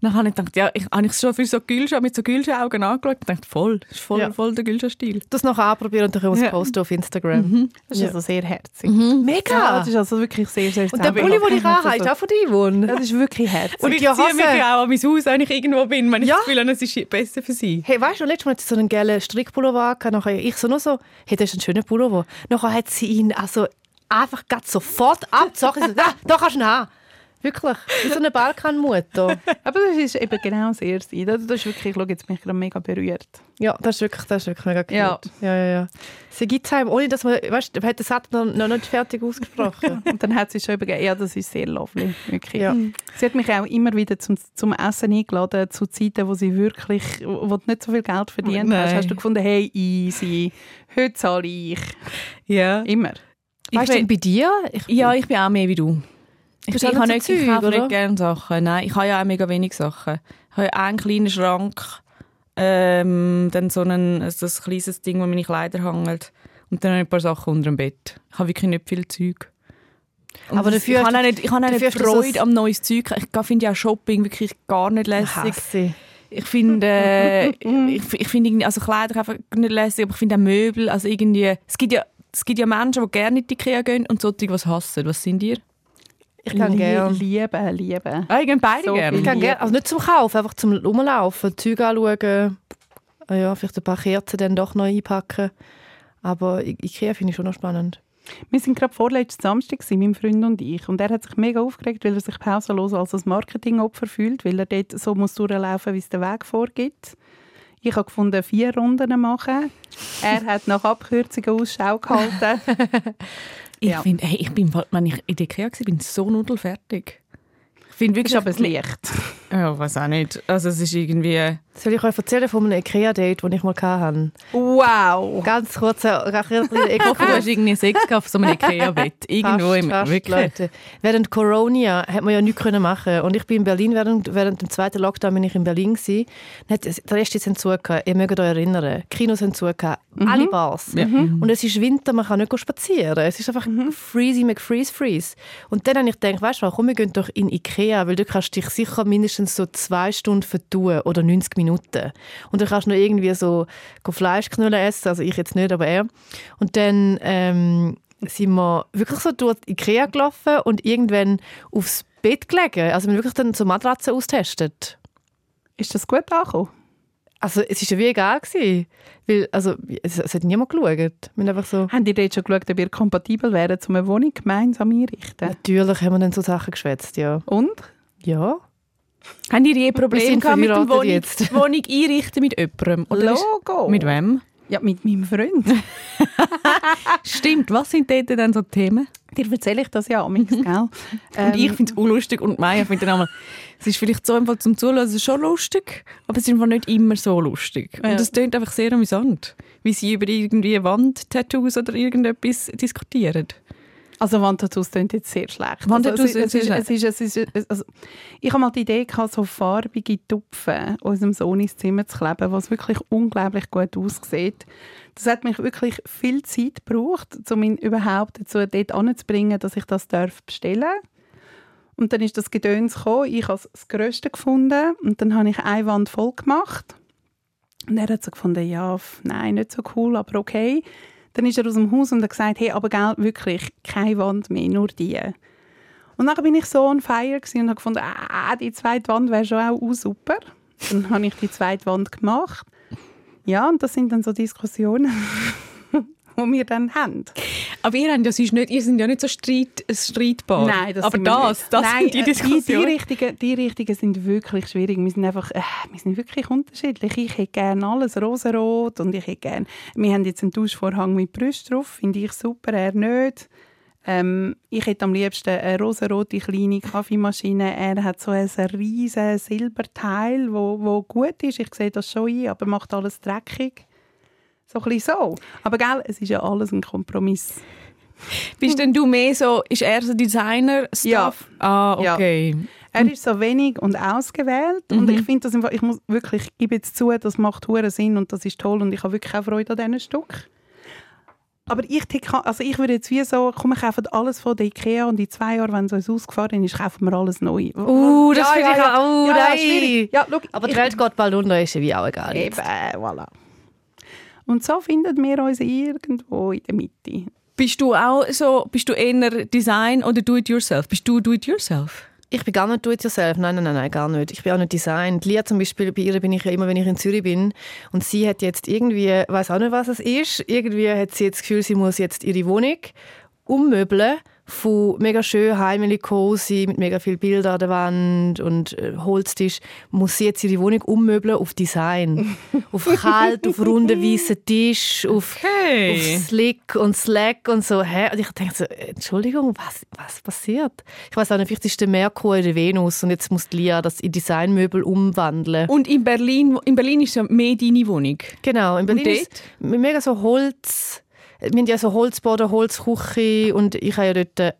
Speaker 2: Dann habe ich gedacht, ja, ich habe ich es schon für so Gülscha, mit so Gülscha-Augen angeschaut und gedacht, voll, das ist voll,
Speaker 3: Ja.
Speaker 2: voll der Gülscha-Stil.
Speaker 3: das nachher anprobieren und dann können wir
Speaker 2: Ja.
Speaker 3: es posten auf Instagram. Mhm.
Speaker 1: Das ist also sehr herzig.
Speaker 2: Mhm.
Speaker 1: Ja,
Speaker 3: Mega!
Speaker 1: das ist also wirklich sehr, sehr
Speaker 3: Und der
Speaker 1: zauberhaft.
Speaker 3: Pulli, den ich anhabe, ist auch von dir, Yvonne.
Speaker 1: Das ist wirklich herzig.
Speaker 3: Und
Speaker 2: Und ich
Speaker 3: die
Speaker 2: ziehe mich
Speaker 3: Hose?
Speaker 2: ja auch an mein Haus, wenn ich irgendwo bin, wenn ich
Speaker 3: Ja.
Speaker 2: das Gefühl habe, es ist besser für sie.
Speaker 3: Hey, weißt du, letztes Mal hat sie so einen gelben Strickpullover angehabt. Nachher ich so nur so, hey, das ist ein schöner Pullover. Nachher hat sie ihn also einfach grad sofort abgezogen. Sie so, ah, da kannst du ihn haben. Wirklich, wie so eine Balkanmutter.
Speaker 1: Aber das ist eben genau das Erste. Das, das ist wirklich, schau, jetzt bin ich gerade mega berührt.
Speaker 3: Ja, das ist wirklich, das ist wirklich mega cool.
Speaker 1: Ja.
Speaker 3: ja, ja. ja. Sie gibt es einem, ohne dass man, weißt du, man hat den Satz noch, noch nicht fertig ausgesprochen.
Speaker 1: Und dann hat sie schon übergeben, ja, das ist sehr lovely, wirklich.
Speaker 3: Ja.
Speaker 1: Sie hat mich auch immer wieder zum, zum Essen eingeladen, zu Zeiten, wo sie wirklich, wo wo du nicht so viel Geld verdient hast.
Speaker 2: Nein.
Speaker 1: Hast du gefunden, hey, easy, heute zahle ich.
Speaker 2: Ja.
Speaker 1: Immer.
Speaker 2: Ich
Speaker 3: weißt du,
Speaker 2: will-
Speaker 3: denn bei dir? Ich,
Speaker 2: Ja, ich bin auch mehr wie du. Ich,
Speaker 3: bist
Speaker 2: bin-
Speaker 3: auch
Speaker 2: ich,
Speaker 3: nicht
Speaker 2: nicht,
Speaker 3: so
Speaker 2: ich
Speaker 3: Zeug,
Speaker 2: kaufe
Speaker 3: oder?
Speaker 2: nicht gerne Sachen. Nein, ich habe ja auch mega wenig Sachen. Ich habe ja einen kleinen Schrank, ähm, dann so ein also das kleines Ding, wo meine Kleider hängt. Und dann habe ich ein paar Sachen unter dem Bett. Ich habe wirklich nicht viel Zeug. Und
Speaker 3: Aber
Speaker 2: das-
Speaker 3: dafür
Speaker 2: ich
Speaker 3: hast
Speaker 2: habe auch
Speaker 3: du-
Speaker 2: nicht, ich habe auch
Speaker 3: dafür
Speaker 2: nicht
Speaker 3: hast du so
Speaker 2: Freude
Speaker 3: ein-
Speaker 2: am neues Zeug. Ich finde ja Shopping wirklich gar nicht lässig.
Speaker 3: hasse.
Speaker 2: Ich finde, äh, ich, ich finde irgendwie, also Kleider einfach nicht lässig, aber ich finde auch Möbel, also irgendwie, es gibt ja, es gibt ja Menschen, die gerne in die Ikea gehen und solche, die was hassen. Was sind ihr?
Speaker 3: Ich kann gerne.
Speaker 1: Lieben, lieben.
Speaker 2: Ah, ich gehe beide
Speaker 1: So
Speaker 2: gerne.
Speaker 1: viel.
Speaker 3: Ich kann
Speaker 1: Ja.
Speaker 3: gerne, also nicht zum Kaufen, einfach zum Rumlaufen, Zeug anschauen, ah ja, vielleicht ein paar Kerzen dann doch noch einpacken. Aber I- Ikea finde ich schon noch spannend.
Speaker 1: Wir sind gerade vorletzten Samstag, gewesen, mein Freund und ich. Und er hat sich mega aufgeregt, weil er sich pausenlos als ein Marketingopfer fühlt, weil er dort so muss durchlaufen, wie es der Weg vorgibt. Ich habe gefunden, vier Runden machen. Er hat nach Abkürzungen Ausschau gehalten.
Speaker 2: Ich
Speaker 1: Ja.
Speaker 2: finde, hey, ich bin, bald- wenn ich in die Ikea war, bin so nudelfertig. Ich finde
Speaker 1: ist
Speaker 2: wirklich...
Speaker 1: aber das Licht.
Speaker 2: Ja, weiß auch nicht. Also es ist irgendwie...
Speaker 3: Soll ich euch erzählen von einem Ikea-Date, das ich mal hatte?
Speaker 1: Wow!
Speaker 3: Ganz kurz, ich
Speaker 2: Ich hoffe, du hast irgendwie Sex gehabt auf so einem Ikea-Bett. Irgendwo im...
Speaker 3: fast,
Speaker 2: wirklich.
Speaker 3: Leute. Während Corona hat man ja nichts können machen und ich bin in Berlin während, während dem zweiten Lockdown bin ich in Berlin gsi. Dann hat- Der Rest ist zugehört. Ihr mögt euch erinnern. Kinos sind zugehört. Alle Bars.
Speaker 2: Mhm. Ja. Mhm.
Speaker 3: Und es ist Winter, man kann nicht spazieren. Es ist einfach freezy, McFreeze, freeze. Und dann habe ich gedacht, weißt du, was, komm, wir gehen doch in Ikea, weil du kannst dich sicher mindestens so zwei Stunden vertun oder 90 Minuten. Und du kannst noch irgendwie so Fleischknödel essen, also ich jetzt nicht, aber er. Und dann ähm, sind wir wirklich so durch Ikea gelaufen und irgendwann aufs Bett gelegen. Also wir haben wirklich dann so Matratzen austestet.
Speaker 1: Ist das gut angekommen?
Speaker 3: Also es war ja wie egal. Gewesen, weil, also, es, es hat niemand geschaut. Wir haben einfach so...
Speaker 1: Haben die dort schon geschaut, ob ihr kompatibel wären, um eine Wohnung gemeinsam einrichten?
Speaker 3: Natürlich haben wir dann so Sachen geschwätzt, ja.
Speaker 1: Und?
Speaker 3: Ja.
Speaker 2: Haben ihr je
Speaker 3: Wir
Speaker 2: Probleme
Speaker 3: sind
Speaker 2: gehabt mit dem
Speaker 3: verheiratet
Speaker 2: Wohnung,
Speaker 3: jetzt.
Speaker 2: Wohnung einrichten mit jemandem? Oder ist-
Speaker 1: Logo.
Speaker 2: mit wem?
Speaker 1: Ja, mit meinem Freund.
Speaker 2: Stimmt, was sind dort dann so die Themen?
Speaker 1: Dir erzähle ich das ja amigs, gell?
Speaker 2: Und ich finde es unlustig und Maya findet dann einmal, es ist vielleicht so einfach zum Zuhören es ist schon lustig, aber es ist einfach nicht immer so lustig.
Speaker 1: Ja.
Speaker 2: Und es tönt einfach sehr amüsant, wie sie über irgendwie Wandtattoos oder irgendetwas diskutieren.
Speaker 1: Also Wandtattoos klingt jetzt sehr schlecht.
Speaker 2: Wandtattoos
Speaker 1: also, es, es,
Speaker 2: sind
Speaker 1: ist,
Speaker 2: sehr
Speaker 1: es, ist, es, ist, es- also, Ich habe mal die Idee, gehabt, so farbige Tupfen aus dem Sohn ins Zimmer zu kleben, was wirklich unglaublich gut aussieht. Das hat mich wirklich viel Zeit gebraucht, um ihn überhaupt dazu dort anzubringen, dass ich das darf bestellen Und dann ist das Gedöns gekommen. Ich habe es das Größte gefunden und dann habe ich eine Wand voll gemacht. Und er hat so gefunden, ja, f- nein, nicht so cool, aber okay. Dann ist er aus dem Haus und hat gesagt, hey, aber gell, wirklich, keine Wand mehr, nur die. Und dann bin ich so on fire gewesen und habe gefunden, ah, die zweite Wand wäre schon auch uh, super. Dann habe ich die zweite Wand gemacht. Ja, und das sind dann so Diskussionen, die wir dann haben.
Speaker 2: Aber ihr, habt ja, sonst nicht, ihr seid ja nicht so streit, äh, streitbar. aber
Speaker 1: sind wir
Speaker 2: das,
Speaker 1: nicht.
Speaker 2: das
Speaker 1: Nein,
Speaker 2: sind
Speaker 1: äh,
Speaker 2: die
Speaker 1: Die, die,
Speaker 2: Diskussionen.
Speaker 1: richtigen, die richtigen sind wirklich schwierig. Wir sind einfach, äh, wir sind wirklich unterschiedlich. Ich hätte gerne alles rosarot und ich hätte gerne, wir haben jetzt einen Duschvorhang mit Brüste drauf, finde ich super, er nicht. Ähm, ich hätte am liebsten eine rosarote kleine Kaffeemaschine. Er hat so ein riesiges Silberteil, wo, wo gut ist. Ich sehe das schon ein, aber macht alles dreckig. So ein bisschen so. Aber gell, es ist ja alles ein Kompromiss.
Speaker 2: Bist denn du mehr so, ist er so Designer-Stuff?
Speaker 1: Ja.
Speaker 2: Ah,
Speaker 1: Ja.
Speaker 2: okay.
Speaker 1: Er ist so wenig und ausgewählt
Speaker 3: Mhm.
Speaker 1: und ich finde das im Fall- ich muss wirklich, ich gebe jetzt zu, das macht hure Sinn und das ist toll und ich habe wirklich auch Freude an diesen Stück. Aber ich ticke, also ich würde jetzt wie so, komm, wir kaufen alles von der Ikea und in zwei Jahren, wenn es uns ausgefahren ist, kaufen wir alles neu.
Speaker 3: Uh, das finde ich
Speaker 1: ja,
Speaker 3: auch- uh,
Speaker 1: ja, ja,
Speaker 3: nein.
Speaker 1: schwierig. Ja, schau,
Speaker 3: Aber
Speaker 1: ich-
Speaker 3: die Welt geht bald unter, ist ja wie auch egal.
Speaker 1: Eben,
Speaker 3: jetzt.
Speaker 1: voilà. Und so finden wir uns irgendwo in der Mitte.
Speaker 2: Bist du auch so, bist du eher Design oder Do-it-yourself? Bist du Do-it-yourself?
Speaker 3: Ich bin gar nicht do-it-yourself. Nein, nein, nein, nein, gar nicht. Ich bin auch nicht Design. Die Lia zum Beispiel, bei ihr bin ich ja immer, wenn ich in Zürich bin. Und sie hat jetzt irgendwie, weiß auch nicht, was es ist, irgendwie hat sie jetzt das Gefühl, sie muss jetzt ihre Wohnung ummöbeln von mega schön, heimelig, cozy, mit mega viel Bilder an der Wand und äh, Holztisch, muss sie jetzt ihre Wohnung ummöbeln auf Design. auf kalt, auf runden, weißen Tisch, auf
Speaker 2: Hey.
Speaker 3: auf Slick und Slack und so. Hä? Und ich denke so, äh, Entschuldigung, was, was passiert? Ich weiß auch nicht, vielleicht ist der Merkur in der Venus und jetzt muss die Lia das in Designmöbel umwandeln.
Speaker 2: Und in Berlin, in Berlin ist ja mehr deine Wohnung.
Speaker 3: Genau, in Berlin
Speaker 2: dort?
Speaker 3: ist mega so Holz. Wir haben ja so Holzboden, Holzküche und ich habe ja dort äh,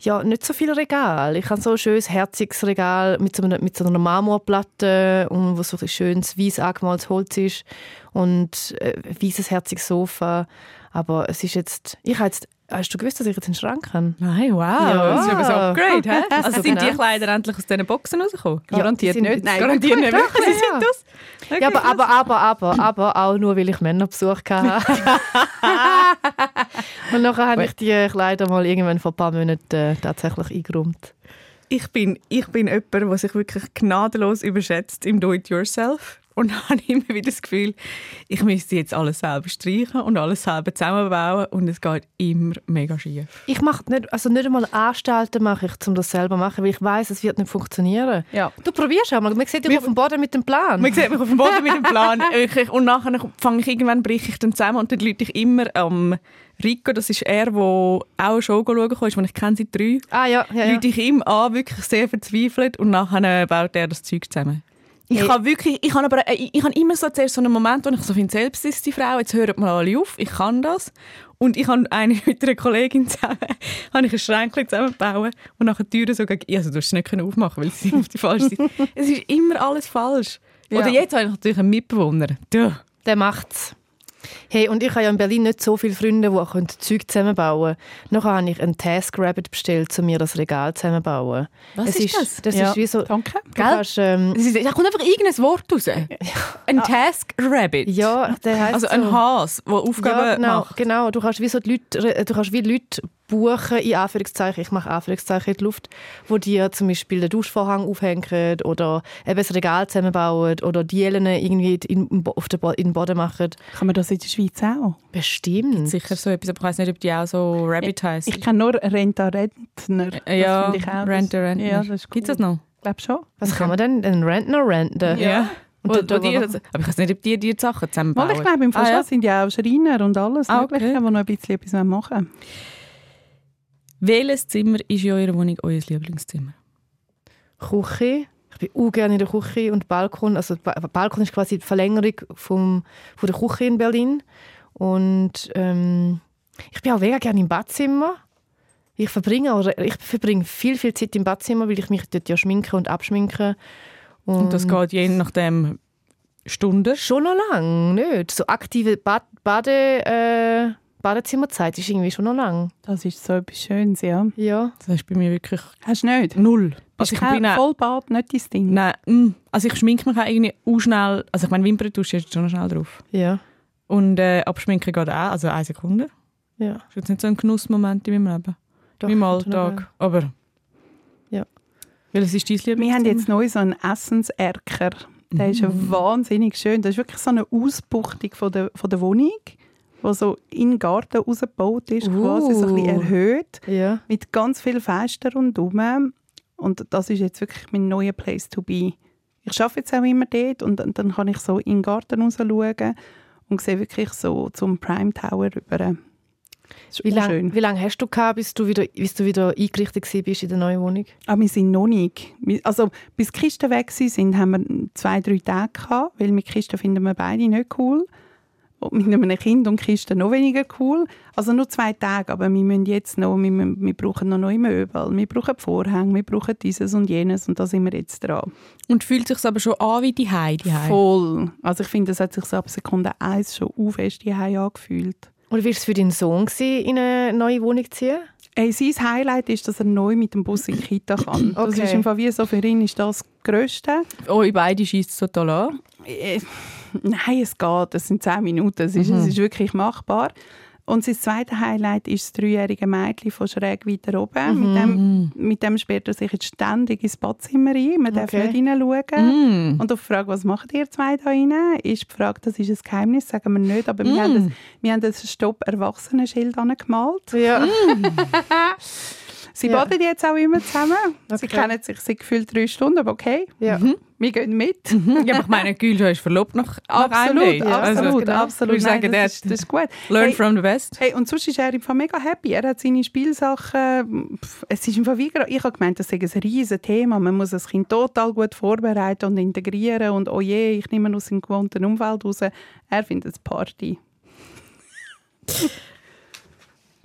Speaker 3: ja, nicht so viel Regal. Ich habe so ein schönes, herziges Regal mit so einer, mit so einer Marmorplatte, und wo so ein schönes, weiß angemaltes Holz ist und äh, ein weißes, herziges Sofa. Aber es ist jetzt... Ich habe jetzt... Hast du gewusst, dass ich jetzt einen Schrank habe?
Speaker 2: Nein, wow.
Speaker 3: Ja.
Speaker 2: Das ist aber so ein Upgrade, hä? Also
Speaker 3: So
Speaker 2: sind die
Speaker 3: genau.
Speaker 2: Kleider endlich aus diesen Boxen rausgekommen?
Speaker 3: Ja, Garantiert die sind- nicht.
Speaker 2: Nein, garantiert nicht. Wirklich,
Speaker 3: ja,
Speaker 2: sie sind
Speaker 3: ja.
Speaker 2: das. Okay.
Speaker 3: Ja, aber, aber, aber, aber, aber auch nur, weil ich Männerbesuch hatte. und nachher habe ich die Kleider mal irgendwann vor ein paar Monaten äh, tatsächlich eingeräumt.
Speaker 2: ich bin, ich bin jemand, der sich wirklich gnadenlos überschätzt im Do-it-yourself und habe immer wieder das Gefühl, ich müsste jetzt alles selber streichen und alles selber zusammenbauen und es geht immer mega schief.
Speaker 3: Ich mache nicht, also nicht einmal Anstalten mache ich, um das selber zu machen, weil ich weiß, es wird nicht funktionieren.
Speaker 1: Ja.
Speaker 3: Du probierst auch mal. Man sieht dich auf dem Boden mit dem Plan.
Speaker 2: Man sieht mich auf dem Boden mit dem Plan wirklich. und nachher fange ich irgendwann, breche ich dann zusammen und dann lüte ich immer am Rico, das ist er, der auch eine Show schauen kam, ist, den ich kenne seit drei.
Speaker 3: Ah ja, ja,
Speaker 2: ja.
Speaker 3: ja.
Speaker 2: Leute ich ihm an, wirklich sehr verzweifelt und nachher baut er das Zeug zusammen. Ich
Speaker 3: Hey.
Speaker 2: habe wirklich, ich habe aber, äh, ich, ich habe immer so zuerst so einen Moment, wo ich so finde, selbst ist die Frau, jetzt hören mal alle auf, ich kann das. Und ich habe eine mit einer Kollegin zusammen, habe ich ein Schränkchen zusammengebaut und nachher die Türen so gegen, also du hast sie nicht können aufmachen, weil sie auf die falsche Seite. Es ist immer alles falsch. Oder jetzt habe ich natürlich einen Mitbewohner. Du.
Speaker 3: Der macht's. Hey, und ich habe ja in Berlin nicht so viele Freunde, die auch Zeug zusammenbauen können. Nachher habe ich einen Taskrabbit bestellt, um mir das Regal zusammenzubauen.
Speaker 2: Was
Speaker 3: es
Speaker 2: ist das?
Speaker 3: Das
Speaker 1: Ja.
Speaker 3: ist wie so... Du
Speaker 1: Danke.
Speaker 3: kannst, ähm,
Speaker 2: Es ist, da kommt einfach irgendein Wort raus. Ein Task Rabbit.
Speaker 3: Ja, der heißt
Speaker 2: Also
Speaker 3: so.
Speaker 2: ein Hase, der Aufgaben
Speaker 3: ja, genau,
Speaker 2: macht.
Speaker 3: genau. Du kannst wie so die Leute, du kannst wie Leute buchen in Anführungszeichen. Ich mache Anführungszeichen in die Luft, wo dir zum Beispiel den Duschvorhang aufhängen oder eben ein Regal zusammenbauen oder die Ellen irgendwie in, in, auf den, Bo- in den Boden machen.
Speaker 1: Kann man das in der Schweiz auch? Hm.
Speaker 3: Bestimmt.
Speaker 2: sicher so etwas, aber ich weiß nicht, ob die auch so Rabbit heisst.
Speaker 1: Ich kenne nur Renta Rentner. Das
Speaker 2: ja,
Speaker 1: finde ich auch-
Speaker 2: Rent a Rentner.
Speaker 1: Ja, das ist cool.
Speaker 2: Gibt's das noch?
Speaker 1: glaube schon.
Speaker 3: Was kann man denn? Ein Rentner renten?
Speaker 2: Ja.
Speaker 3: Und
Speaker 2: Wo-
Speaker 3: dort-
Speaker 2: wo die, das- aber ich weiß nicht, ob die die Sachen
Speaker 1: Mal,
Speaker 2: zusammenbauen.
Speaker 1: ich glaube, im Fall
Speaker 2: Ah,
Speaker 1: schon
Speaker 2: ja.
Speaker 1: sind ja auch Schreiner und alles
Speaker 2: Ah,
Speaker 1: Mögliche,
Speaker 2: okay.
Speaker 1: die noch ein bisschen etwas machen wollen.
Speaker 2: Welches Zimmer ist in eurer Wohnung euer Lieblingszimmer?
Speaker 3: Küche. Ich bin auch gerne in der Küche und Balkon. Also Ba- Balkon ist quasi die Verlängerung vom, von der Küche in Berlin. Und ähm, ich bin auch mega gerne im Badzimmer. Ich verbringe, oder ich verbringe viel, viel Zeit im Badzimmer, weil ich mich dort ja schminke und abschminke.
Speaker 2: Und
Speaker 1: Ähm.
Speaker 2: das geht je nachdem Stunden.
Speaker 3: Schon noch lang, nicht? So aktive Bad Bade, äh, Badezimmerzeit ist irgendwie schon noch lang.
Speaker 1: Das ist so etwas Schönes, ja.
Speaker 3: Ja.
Speaker 2: Das ist bei mir wirklich
Speaker 1: Hast du nicht?
Speaker 2: null. Also
Speaker 1: Bist
Speaker 2: ich
Speaker 1: kein
Speaker 2: bin auch,
Speaker 1: Vollbad, nicht dein Ding?
Speaker 2: nein, mm, also ich schminke mich auch irgendwie auch schnell. Also ich meine, Wimperntusche ist schon noch schnell drauf.
Speaker 3: Ja.
Speaker 2: Und äh, abschminken geht auch, also eine Sekunde.
Speaker 3: Ja.
Speaker 2: ist jetzt nicht so ein Genussmoment in meinem Leben.
Speaker 3: Doch,
Speaker 2: in meinem
Speaker 3: kommt schon noch lang.
Speaker 2: Alltag. Aber.
Speaker 3: Ja.
Speaker 2: Welches ist dein Lieblingszimmer?
Speaker 1: Wir haben jetzt neu so einen Essenserker. Der ist ja
Speaker 2: Mhm.
Speaker 1: wahnsinnig schön. Das ist wirklich so eine Ausbuchtung von der, von der Wohnung, die so in den Garten rausgebaut ist,
Speaker 3: Uh.
Speaker 1: quasi so ein bisschen erhöht,
Speaker 3: Ja.
Speaker 1: mit ganz viel Fenstern rundherum. Und das ist jetzt wirklich mein neuer Place to be. Ich arbeite jetzt auch immer dort und dann- dann kann ich so in den Garten raus schauen und sehe wirklich so zum Prime Tower rüber. Das ist
Speaker 3: Wie
Speaker 1: schön.
Speaker 3: lange lang hast du gehabt, bis du wieder, bis du wieder eingerichtet gewesen bist in der neuen Wohnung?
Speaker 1: Aber Ah, wir sind noch nicht. Wir- Also, bis die Kisten weg waren, haben wir zwei, drei Tage gehabt, weil mit Kisten finden wir beide nicht cool. Und mit einem Kind und Kisten noch weniger cool. Also nur zwei Tage, aber wir müssen jetzt noch, wir, müssen, wir brauchen noch neue Möbel, wir brauchen Vorhänge, wir brauchen dieses und jenes und da sind wir jetzt dran.
Speaker 2: Und fühlt sich aber schon an wie die Heidi.
Speaker 1: Voll. Also ich finde, das hat sich so ab Sekunde eins schon auf fest hierheim angefühlt.
Speaker 3: Oder wie war es für deinen Sohn, gewesen, in eine neue Wohnung zu ziehen?
Speaker 1: Ey, sein Highlight ist, dass er neu mit dem Bus in die Kita kann. Das
Speaker 3: Okay.
Speaker 1: ist im Fall wie so, für ihn ist das das Grösste.
Speaker 2: Oh, ihr beide schießt es total an.
Speaker 1: Äh, Nein, es geht. Das sind zehn Minuten. Es ist,
Speaker 3: Mhm.
Speaker 1: es ist wirklich machbar. Und sein zweites Highlight ist das dreijährige Mädchen von schräg weiter oben.
Speaker 3: Mhm.
Speaker 1: Mit, dem, mit dem sperrt er sich jetzt ständig ins Badzimmer ein. Man darf
Speaker 3: Okay. Mhm.
Speaker 1: nicht hineinschauen. Und auf die Frage, was macht ihr zwei da rein, ist die Frage, das ist ein Geheimnis, sagen wir nicht. Aber wir, haben
Speaker 3: Mhm.
Speaker 1: das, wir haben das Stopp-Erwachsenen-Schild angemalt.
Speaker 3: Ja.
Speaker 1: Sie
Speaker 3: Ja.
Speaker 1: baden jetzt auch immer zusammen. Sie
Speaker 3: Okay.
Speaker 1: kennen sich seit gefühlt drei Stunden, aber okay,
Speaker 3: ja.
Speaker 1: wir gehen mit.
Speaker 2: ja, aber ich meine, Gülja ist verlobt noch
Speaker 1: Absolut, absolut,
Speaker 3: genau.
Speaker 1: absolut.
Speaker 2: Ich würde
Speaker 1: Nein,
Speaker 2: sagen,
Speaker 1: das, ist,
Speaker 2: der-
Speaker 1: das ist gut.
Speaker 2: Also, Learn
Speaker 1: hey,
Speaker 2: from the best.
Speaker 1: hey, und sonst ist er im Fall mega happy. Er hat seine Spielsachen. Pff, Es ist im Fall wie, gra- ich habe gemeint, das sei ein riesen Thema. Man muss das Kind total gut vorbereiten und integrieren. Und oh je, ich nehme ihn aus seinem gewohnten Umfeld raus. Er findet es Party.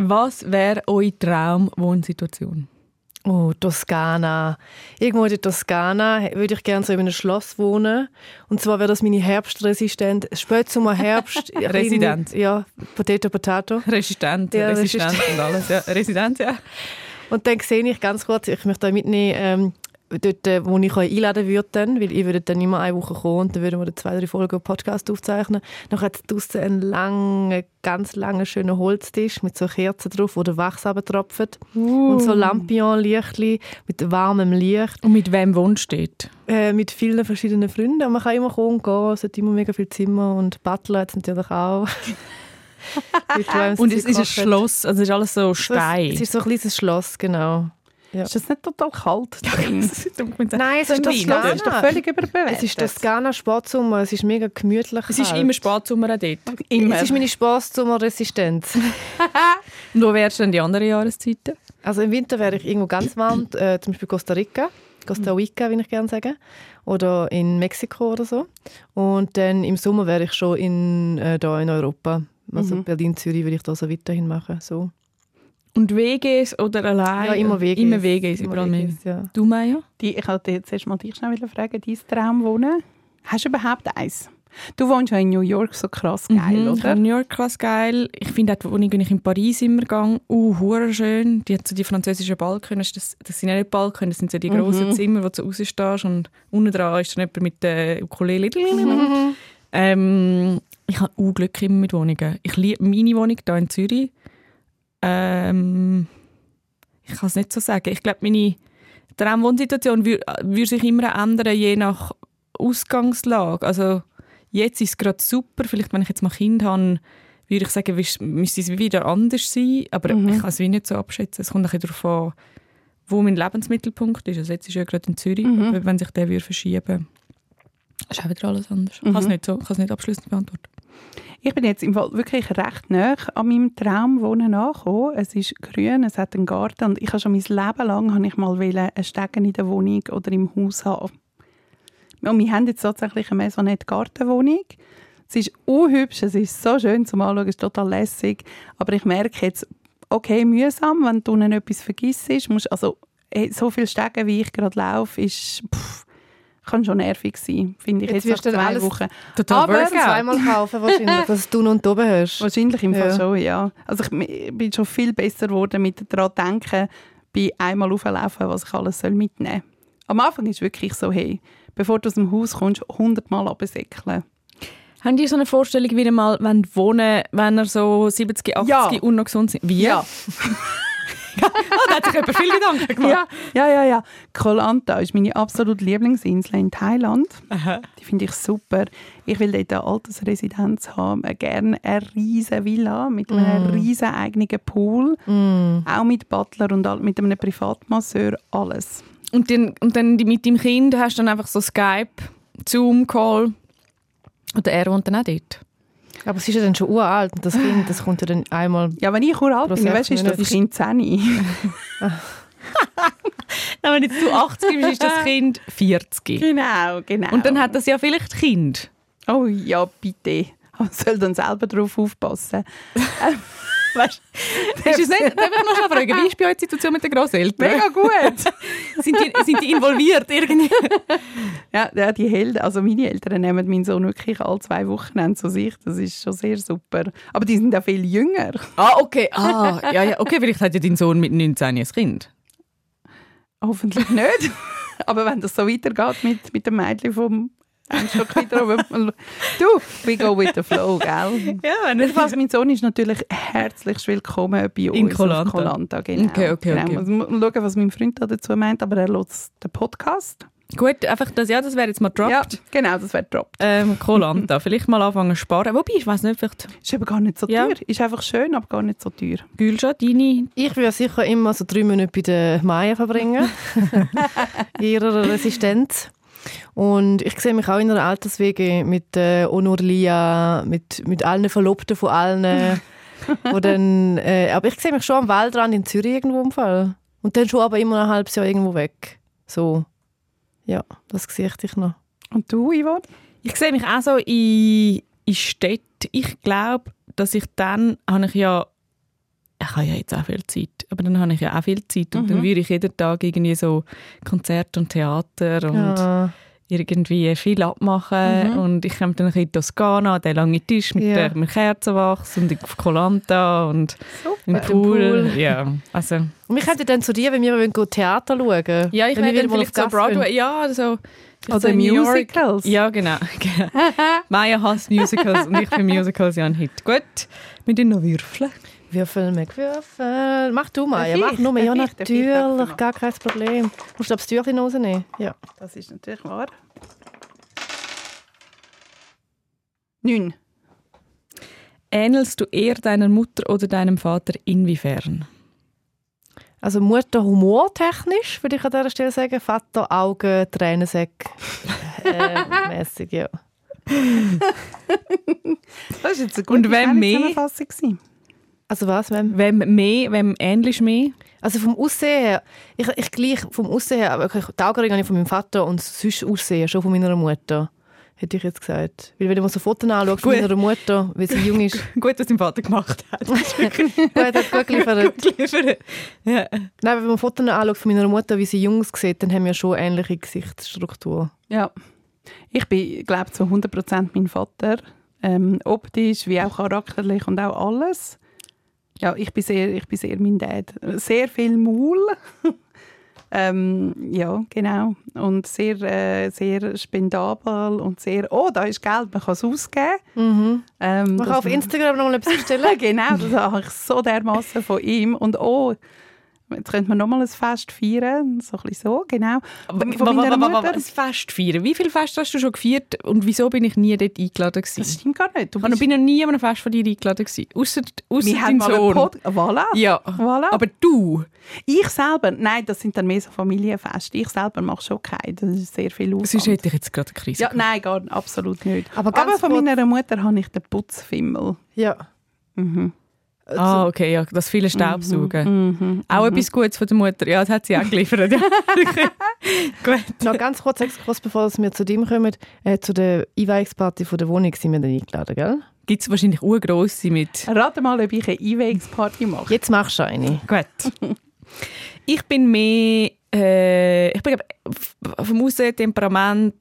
Speaker 2: Was wäre eure Traumwohnsituation?
Speaker 3: Oh, Toskana. Irgendwo in der Toskana würde ich gerne so in einem Schloss wohnen. Und zwar wäre das meine Herbstresistent, Spätsommer, Herbst.
Speaker 2: Residenz.
Speaker 3: Ja, Potato, Potato.
Speaker 2: Resistent,
Speaker 3: Ja,
Speaker 2: resistent und alles. Ja, Resident, ja.
Speaker 3: Und dann sehe ich ganz kurz, ich möchte euch mitnehmen, ähm, dort, äh, wo ich euch einladen würde, dann, weil ich würde dann immer eine Woche kommen und dann würden wir dann zwei, drei Folgen Podcast aufzeichnen. Dann hat es draussen einen langen, ganz langen, schönen Holztisch mit so Kerzen drauf, wo der Wachs runtertropft. Und so Lampion-Lichtli mit warmem Licht,
Speaker 2: Und mit wem wohnst du dort?
Speaker 3: äh, mit vielen verschiedenen Freunden. Und man kann immer kommen und gehen, es hat immer mega viele Zimmer und Butler jetzt natürlich auch. Mit wem
Speaker 2: Und es
Speaker 3: sie
Speaker 2: ist ein
Speaker 3: kochen.
Speaker 2: Schloss, also es ist alles so
Speaker 3: So, Es,
Speaker 2: Stein.
Speaker 3: es ist so ein kleines Schloss, genau.
Speaker 1: Ist das nicht total kalt? drin?
Speaker 3: Nein, es
Speaker 2: ist
Speaker 3: ist
Speaker 2: Wein, oder?
Speaker 1: Das ist doch
Speaker 3: Toskana.
Speaker 1: völlig überbewertet.
Speaker 3: Es ist Toskana Sportsummer, es ist mega gemütlich.
Speaker 2: Es ist
Speaker 3: kalt.
Speaker 2: immer Spatzummer dort.
Speaker 1: immer.
Speaker 3: Es ist meine Sportsummerresistenz.
Speaker 2: Und wo wärst du denn die anderen Jahreszeiten?
Speaker 3: Also im Winter wäre ich irgendwo ganz warm, äh, zum Beispiel Costa Rica,
Speaker 2: Mhm.
Speaker 3: Costa Rica, wie ich gerne sage, oder in Mexiko oder so. Und dann im Sommer wäre ich schon in, äh, da in Europa. Also
Speaker 2: Mhm.
Speaker 3: Berlin, Zürich würde ich da so weiterhin machen. So.
Speaker 2: Und WGs oder allein?
Speaker 3: Ja, immer WGs.
Speaker 2: Ah, Immer WGs,
Speaker 3: Immer
Speaker 2: überall mehr.
Speaker 3: WGs, ja.
Speaker 2: Du, Maya?
Speaker 1: Die, ich wollte jetzt erst mal dich schnell wieder fragen, dein Traumwohnen. Hast du überhaupt eins? Du wohnst ja in New York, so krass geil,
Speaker 2: Mhm, Ich
Speaker 1: oder?
Speaker 2: finde New York krass geil. Ich finde auch die Wohnung, wenn ich in Paris immer gehe, uh, hure schön. Die hat so die französischen Balkone. Das, das sind ja nicht Balkone, das sind so die grossen
Speaker 1: Mhm.
Speaker 2: Zimmer, wo du so rausstehst und unten dran ist dann jemand mit der Ukulele. Ähm, ich habe auch Glück immer mit Wohnungen. Ich liebe meine Wohnung hier in Zürich. Ähm, ich kann es nicht so sagen. Ich glaube, meine Traumwohnsituation wür- würde sich immer ändern, je nach Ausgangslage. Also jetzt ist es gerade super. Vielleicht, wenn ich jetzt mal Kind habe, würde ich sagen,
Speaker 1: Mhm.
Speaker 2: wisch- müsste es wieder anders sein. Aber ich kann es wie nicht so abschätzen. Es kommt ein bisschen darauf an, wo mein Lebensmittelpunkt ist. Also jetzt ist er ja gerade in Zürich,
Speaker 1: Mhm.
Speaker 2: aber wenn sich der würde verschieben, ist auch wieder alles anders.
Speaker 1: Mhm.
Speaker 2: Ich kann es nicht so, ich kann es nicht abschließend beantworten.
Speaker 1: Ich bin jetzt im Fall wirklich recht nah an meinem Traumwohnen angekommen. Es ist grün, es hat einen Garten und ich habe schon mein Leben lang habe ich mal wollen, einen Stegen in der Wohnung oder im Haus haben. Und wir haben jetzt tatsächlich eine Maisonette Gartenwohnung. Es ist unhübsch, es ist so schön zum Anschauen, es ist total lässig. Aber ich merke jetzt, okay, mühsam, wenn du unten etwas vergisst, musst also hey, so viel Stegen, wie ich gerade laufe, ist... Pff, kann schon nervig sein, finde ich.
Speaker 3: Jetzt
Speaker 1: Jetzt,
Speaker 3: wirst
Speaker 1: nach
Speaker 3: du
Speaker 1: zwei
Speaker 3: alles
Speaker 1: Wochen.
Speaker 2: Total
Speaker 1: Aber-
Speaker 2: Workout.
Speaker 3: Zweimal kaufen wahrscheinlich, dass du unten und oben hast.
Speaker 1: Wahrscheinlich im Fall
Speaker 3: Ja.
Speaker 1: schon, ja. Also ich mi- bin schon viel besser geworden mit daran denken, bei einmal auflaufen, was ich alles soll mitnehmen soll. Am Anfang ist wirklich so, hey, bevor du aus dem Haus kommst, hundertmal absäckeln.
Speaker 2: Habt ihr so eine Vorstellung, wie ihr mal wollt wohnen wenn ihr so 70, 80
Speaker 1: Ja.
Speaker 2: und noch gesund sind? Wie?
Speaker 1: Ja.
Speaker 2: Ah, da hat sich jemand viel Gedanken gemacht.
Speaker 1: Ja, ja, ja, ja. Koh Lanta ist meine absolute Lieblingsinsel in Thailand. Die finde ich super. Ich will dort eine Altersresidenz haben, äh, gerne eine riesige Villa mit einem riesen eigenen Pool, auch mit Butler und all- mit einem Privatmasseur, alles.
Speaker 2: Und dann, und dann die- mit deinem Kind hast du dann einfach so Skype, Zoom-Call. Und er wohnt dann auch dort.
Speaker 3: Aber es ist ja dann schon uralt und das Kind, das kommt ja dann einmal...
Speaker 1: Ja, wenn ich uralt
Speaker 3: Pro
Speaker 1: bin,
Speaker 3: sechs
Speaker 1: weißt du, ist das
Speaker 3: Monate.
Speaker 1: Kind 10.
Speaker 2: Nein, wenn jetzt du 80 bist, ist das Kind 40.
Speaker 1: genau, genau.
Speaker 2: Und dann hat das ja vielleicht Kind.
Speaker 1: Oh ja, bitte. Man soll dann selber drauf aufpassen. Ähm, weißt du,
Speaker 2: Ist es nicht? Darf ich noch schnell fragen, wie ist bei euch die Situation mit den Grosseltern?
Speaker 1: mega gut.
Speaker 2: Sind die, sind die involviert irgendwie?
Speaker 1: Ja, ja, die Helden, also meine Eltern nehmen meinen Sohn wirklich alle zwei Wochen zu sich. Das ist schon sehr super. Aber die sind auch viel jünger.
Speaker 2: Ah, okay. Ah, ja, ja. Okay, vielleicht hat ja dein Sohn mit 19 ein Kind.
Speaker 1: Hoffentlich nicht. Aber wenn das so weitergeht mit, mit dem Mädchen vom Einstockkindern, du, we go with the flow, gell?
Speaker 2: Ja, wenn
Speaker 1: Jedenfalls, mein Sohn ist natürlich herzlich willkommen bei uns. auf
Speaker 2: Koh Lanta.
Speaker 1: Koh Lanta, genau.
Speaker 2: Okay, okay,
Speaker 1: genau.
Speaker 2: okay.
Speaker 1: Also, mal schauen, was mein Freund da dazu meint, aber er hört den Podcast.
Speaker 2: Gut, einfach das, ja, das wäre jetzt mal dropped.
Speaker 1: Ja, genau, das wäre droppt.
Speaker 2: Ähm, Kolanta, vielleicht mal anfangen zu sparen. Wobei, ich weiß nicht, vielleicht
Speaker 1: Ist eben gar nicht so
Speaker 2: Ja.
Speaker 1: teuer. Ist einfach schön, aber gar nicht so teuer.
Speaker 2: Gülscha, deine...
Speaker 3: Ich würde sicher immer so drei Monate bei der Maya verbringen. in ihrer Resistenz. Und ich sehe mich auch in einer Alterswege mit äh, Onorlia, mit, mit allen Verlobten von allen. wo dann, äh, aber ich sehe mich schon am Waldrand in Zürich irgendwo im Fall. Und dann schon aber immer ein halbes Jahr irgendwo weg. So. Ja, das sehe ich dich noch.
Speaker 1: Und du, Ivan?
Speaker 2: Ich sehe mich auch so in, in Städten. Ich glaube, dass ich dann, habe ich ja, ich habe ja jetzt auch viel Zeit, aber dann habe ich ja auch viel Zeit und dann würde ich jeden Tag irgendwie so Konzerte und Theater und
Speaker 3: Ja.
Speaker 2: irgendwie viel abmachen und ich komme dann ein bisschen in Toskana, an den langen Tisch mit,
Speaker 3: Ja.
Speaker 2: der, mit Kerzenwachs und auf Kolanta und im
Speaker 3: Mit dem
Speaker 2: Pool.
Speaker 3: Pool.
Speaker 2: Ja, also...
Speaker 3: Und wir könnten dann zu dir, wenn wir wollen, gehen Theater schauen.
Speaker 2: Ja, ich
Speaker 3: Wenn wir
Speaker 2: werde
Speaker 3: wieder mal auf
Speaker 2: vielleicht so
Speaker 3: Gast gehen.
Speaker 2: Broadway, ja, so. vielleicht so
Speaker 1: Oder
Speaker 2: in New York.
Speaker 1: Musicals.
Speaker 2: Ja, genau. genau. Maya hasst Musicals und ich finde Musicals ja ein Hit. Gut, wir tun noch würfeln.
Speaker 3: Würfel, McWürfel. Mach du mal.
Speaker 1: Darf
Speaker 3: Ja, mach
Speaker 1: ich?
Speaker 3: nur mehr. Ja,
Speaker 1: Darf ich? Darf ich
Speaker 3: natürlich.
Speaker 1: Würfel
Speaker 3: Gar kein Problem. Musst du das Türchen rausnehmen? Ja.
Speaker 1: Das ist natürlich wahr. Neun.
Speaker 2: Ähnelst du eher deiner Mutter oder deinem Vater inwiefern?
Speaker 3: Also Mutter humortechnisch, würde ich an dieser Stelle sagen. Vater Augen, Tränensäck. äh, mäßig, ja.
Speaker 1: Das ist jetzt eine
Speaker 2: Und wenn
Speaker 1: schnelle
Speaker 2: mehr?
Speaker 1: Zusammenfassung gewesen.
Speaker 3: Also was, wenn?
Speaker 2: Wem mehr, wem ähnlich mehr?
Speaker 3: Also vom Aussehen her, ich, ich gleich vom Aussehen her, aber wirklich, die Augenringe habe ich von meinem Vater und sonst Aussehen schon von meiner Mutter. Hätte ich jetzt gesagt. Weil wenn ich mir so Fotos anschaue von
Speaker 2: Gut.
Speaker 3: meiner Mutter, weil sie jung ist,
Speaker 2: Gut, was dein Vater gemacht hat.
Speaker 3: gut, hat gut geliefert.
Speaker 2: ja.
Speaker 3: Nein, wenn man Fotos anschaut von meiner Mutter, wie sie Jungs sieht, dann haben wir schon ähnliche Gesichtsstruktur.
Speaker 1: Ja. Ich bin, glaube ich, zu 100% mein Vater. Ähm, optisch, wie auch charakterlich und auch alles. Ja, ich bin sehr, ich bin sehr mein Dad. Sehr viel Maul. ähm, ja, genau. Und sehr, äh, sehr spendabel und sehr, oh, da ist Geld, man kann es ausgeben.
Speaker 2: Mhm.
Speaker 1: Ähm,
Speaker 3: Man
Speaker 1: das-
Speaker 3: kann auf Instagram noch mal etwas bestellen.
Speaker 1: genau, das habe ich so dermaßen von ihm. Und oh, Jetzt könnte man nochmal ein Fest feiern. So ein bisschen so, genau. Von
Speaker 2: Wa- wa- wa-
Speaker 1: meiner
Speaker 2: wa- wa-
Speaker 1: Mutter.
Speaker 2: Ein Fest feiern. Wie viele Feste hast du schon gefeiert und wieso bin ich nie dort eingeladen
Speaker 1: Das
Speaker 2: gewesen?
Speaker 1: stimmt gar nicht. Du
Speaker 2: Und ich bin noch nie an einem Fest von dir eingeladen gewesen. Ausser, ausser
Speaker 1: wir haben
Speaker 2: dein
Speaker 1: mal einen
Speaker 2: Sohn.
Speaker 1: Pod voilà.
Speaker 2: Ja.
Speaker 1: Voilà.
Speaker 2: Aber du,
Speaker 1: Ich selber, nein, das sind dann mehr so Familienfeste. Ich selber mache schon keine. Das ist sehr viel Aufwand.
Speaker 2: sonst hätte ich jetzt gerade eine Krise.
Speaker 1: ja, nein, gar absolut nicht.
Speaker 3: Aber
Speaker 1: Aber,
Speaker 3: ganz
Speaker 1: von
Speaker 3: kurz-
Speaker 1: meiner Mutter habe ich den Putzfimmel.
Speaker 3: Ja. Äh,
Speaker 2: Ah, okay, ja, das viele Staubsaugen. Auch etwas Gutes von der Mutter. Ja, das hat sie auch geliefert. Ja. Gut.
Speaker 3: Noch ganz kurz Exkurs, bevor wir zu dem kommen. Äh, zu der Einweihungsparty von der Wohnung sind wir dann eingeladen, gell?
Speaker 2: Gibt es wahrscheinlich urgrosse mit.
Speaker 1: Rate mal, ob ich eine Einwegsparty mache.
Speaker 3: Jetzt machst du eine.
Speaker 2: Gut. Ich bin mehr, äh, ich bin glaub, f- vom Aussehen, Temperament,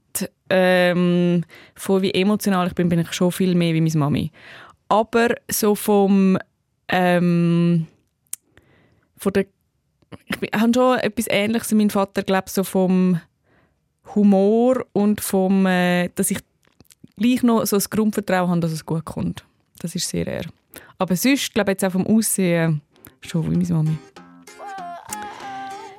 Speaker 2: ähm, von wie emotional ich bin, bin ich schon viel mehr wie meine Mami. Aber so vom, ähm, von der, ich bin- habe schon etwas Ähnliches wie mein Vater, glaube so vom Humor und vom, äh, dass ich gleich noch so ein Grundvertrauen habe, dass es gut kommt. Das ist sehr er. Aber sonst, glaube jetzt auch vom Aussehen, schon wie meine Mami.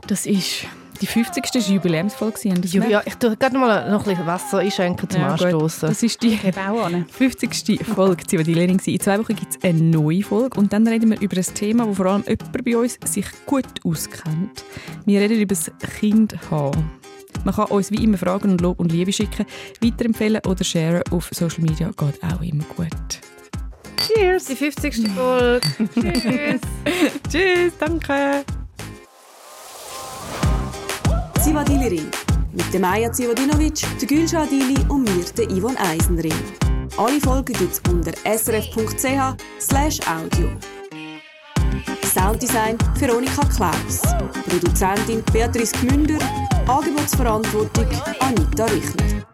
Speaker 2: Das ist die 50. Das war Jubiläumsfolge. haben das
Speaker 3: Ja,
Speaker 2: gemerkt?
Speaker 3: ich tue gerade mal noch ein bisschen Wasser einschenken zum
Speaker 2: Ja, gut.
Speaker 3: Anstoßen.
Speaker 2: Das ist die
Speaker 1: Ich gebe auch an.
Speaker 2: 50. Folge «Sie, die Lehrling sind». In zwei Wochen gibt es eine neue Folge und dann reden wir über ein Thema, wo vor allem jemand bei uns sich gut auskennt. Wir reden über das Kind haben. Man kann uns wie immer Fragen und Lob und Liebe schicken, weiterempfehlen oder sharen auf Social Media geht auch immer gut.
Speaker 1: Cheers!
Speaker 3: Die 50. Folge.
Speaker 2: Tschüss, danke!
Speaker 4: Zivadili Ring. Mit der Maja Zivadinovic, der Gülşah Adili und mir, der Yvonne Eisenring. Alle Folgen gibt's unter srf.ch audio. Sounddesign Veronika Klaus. Produzentin Beatrice Gmünder. Angebotsverantwortung Anita Richner.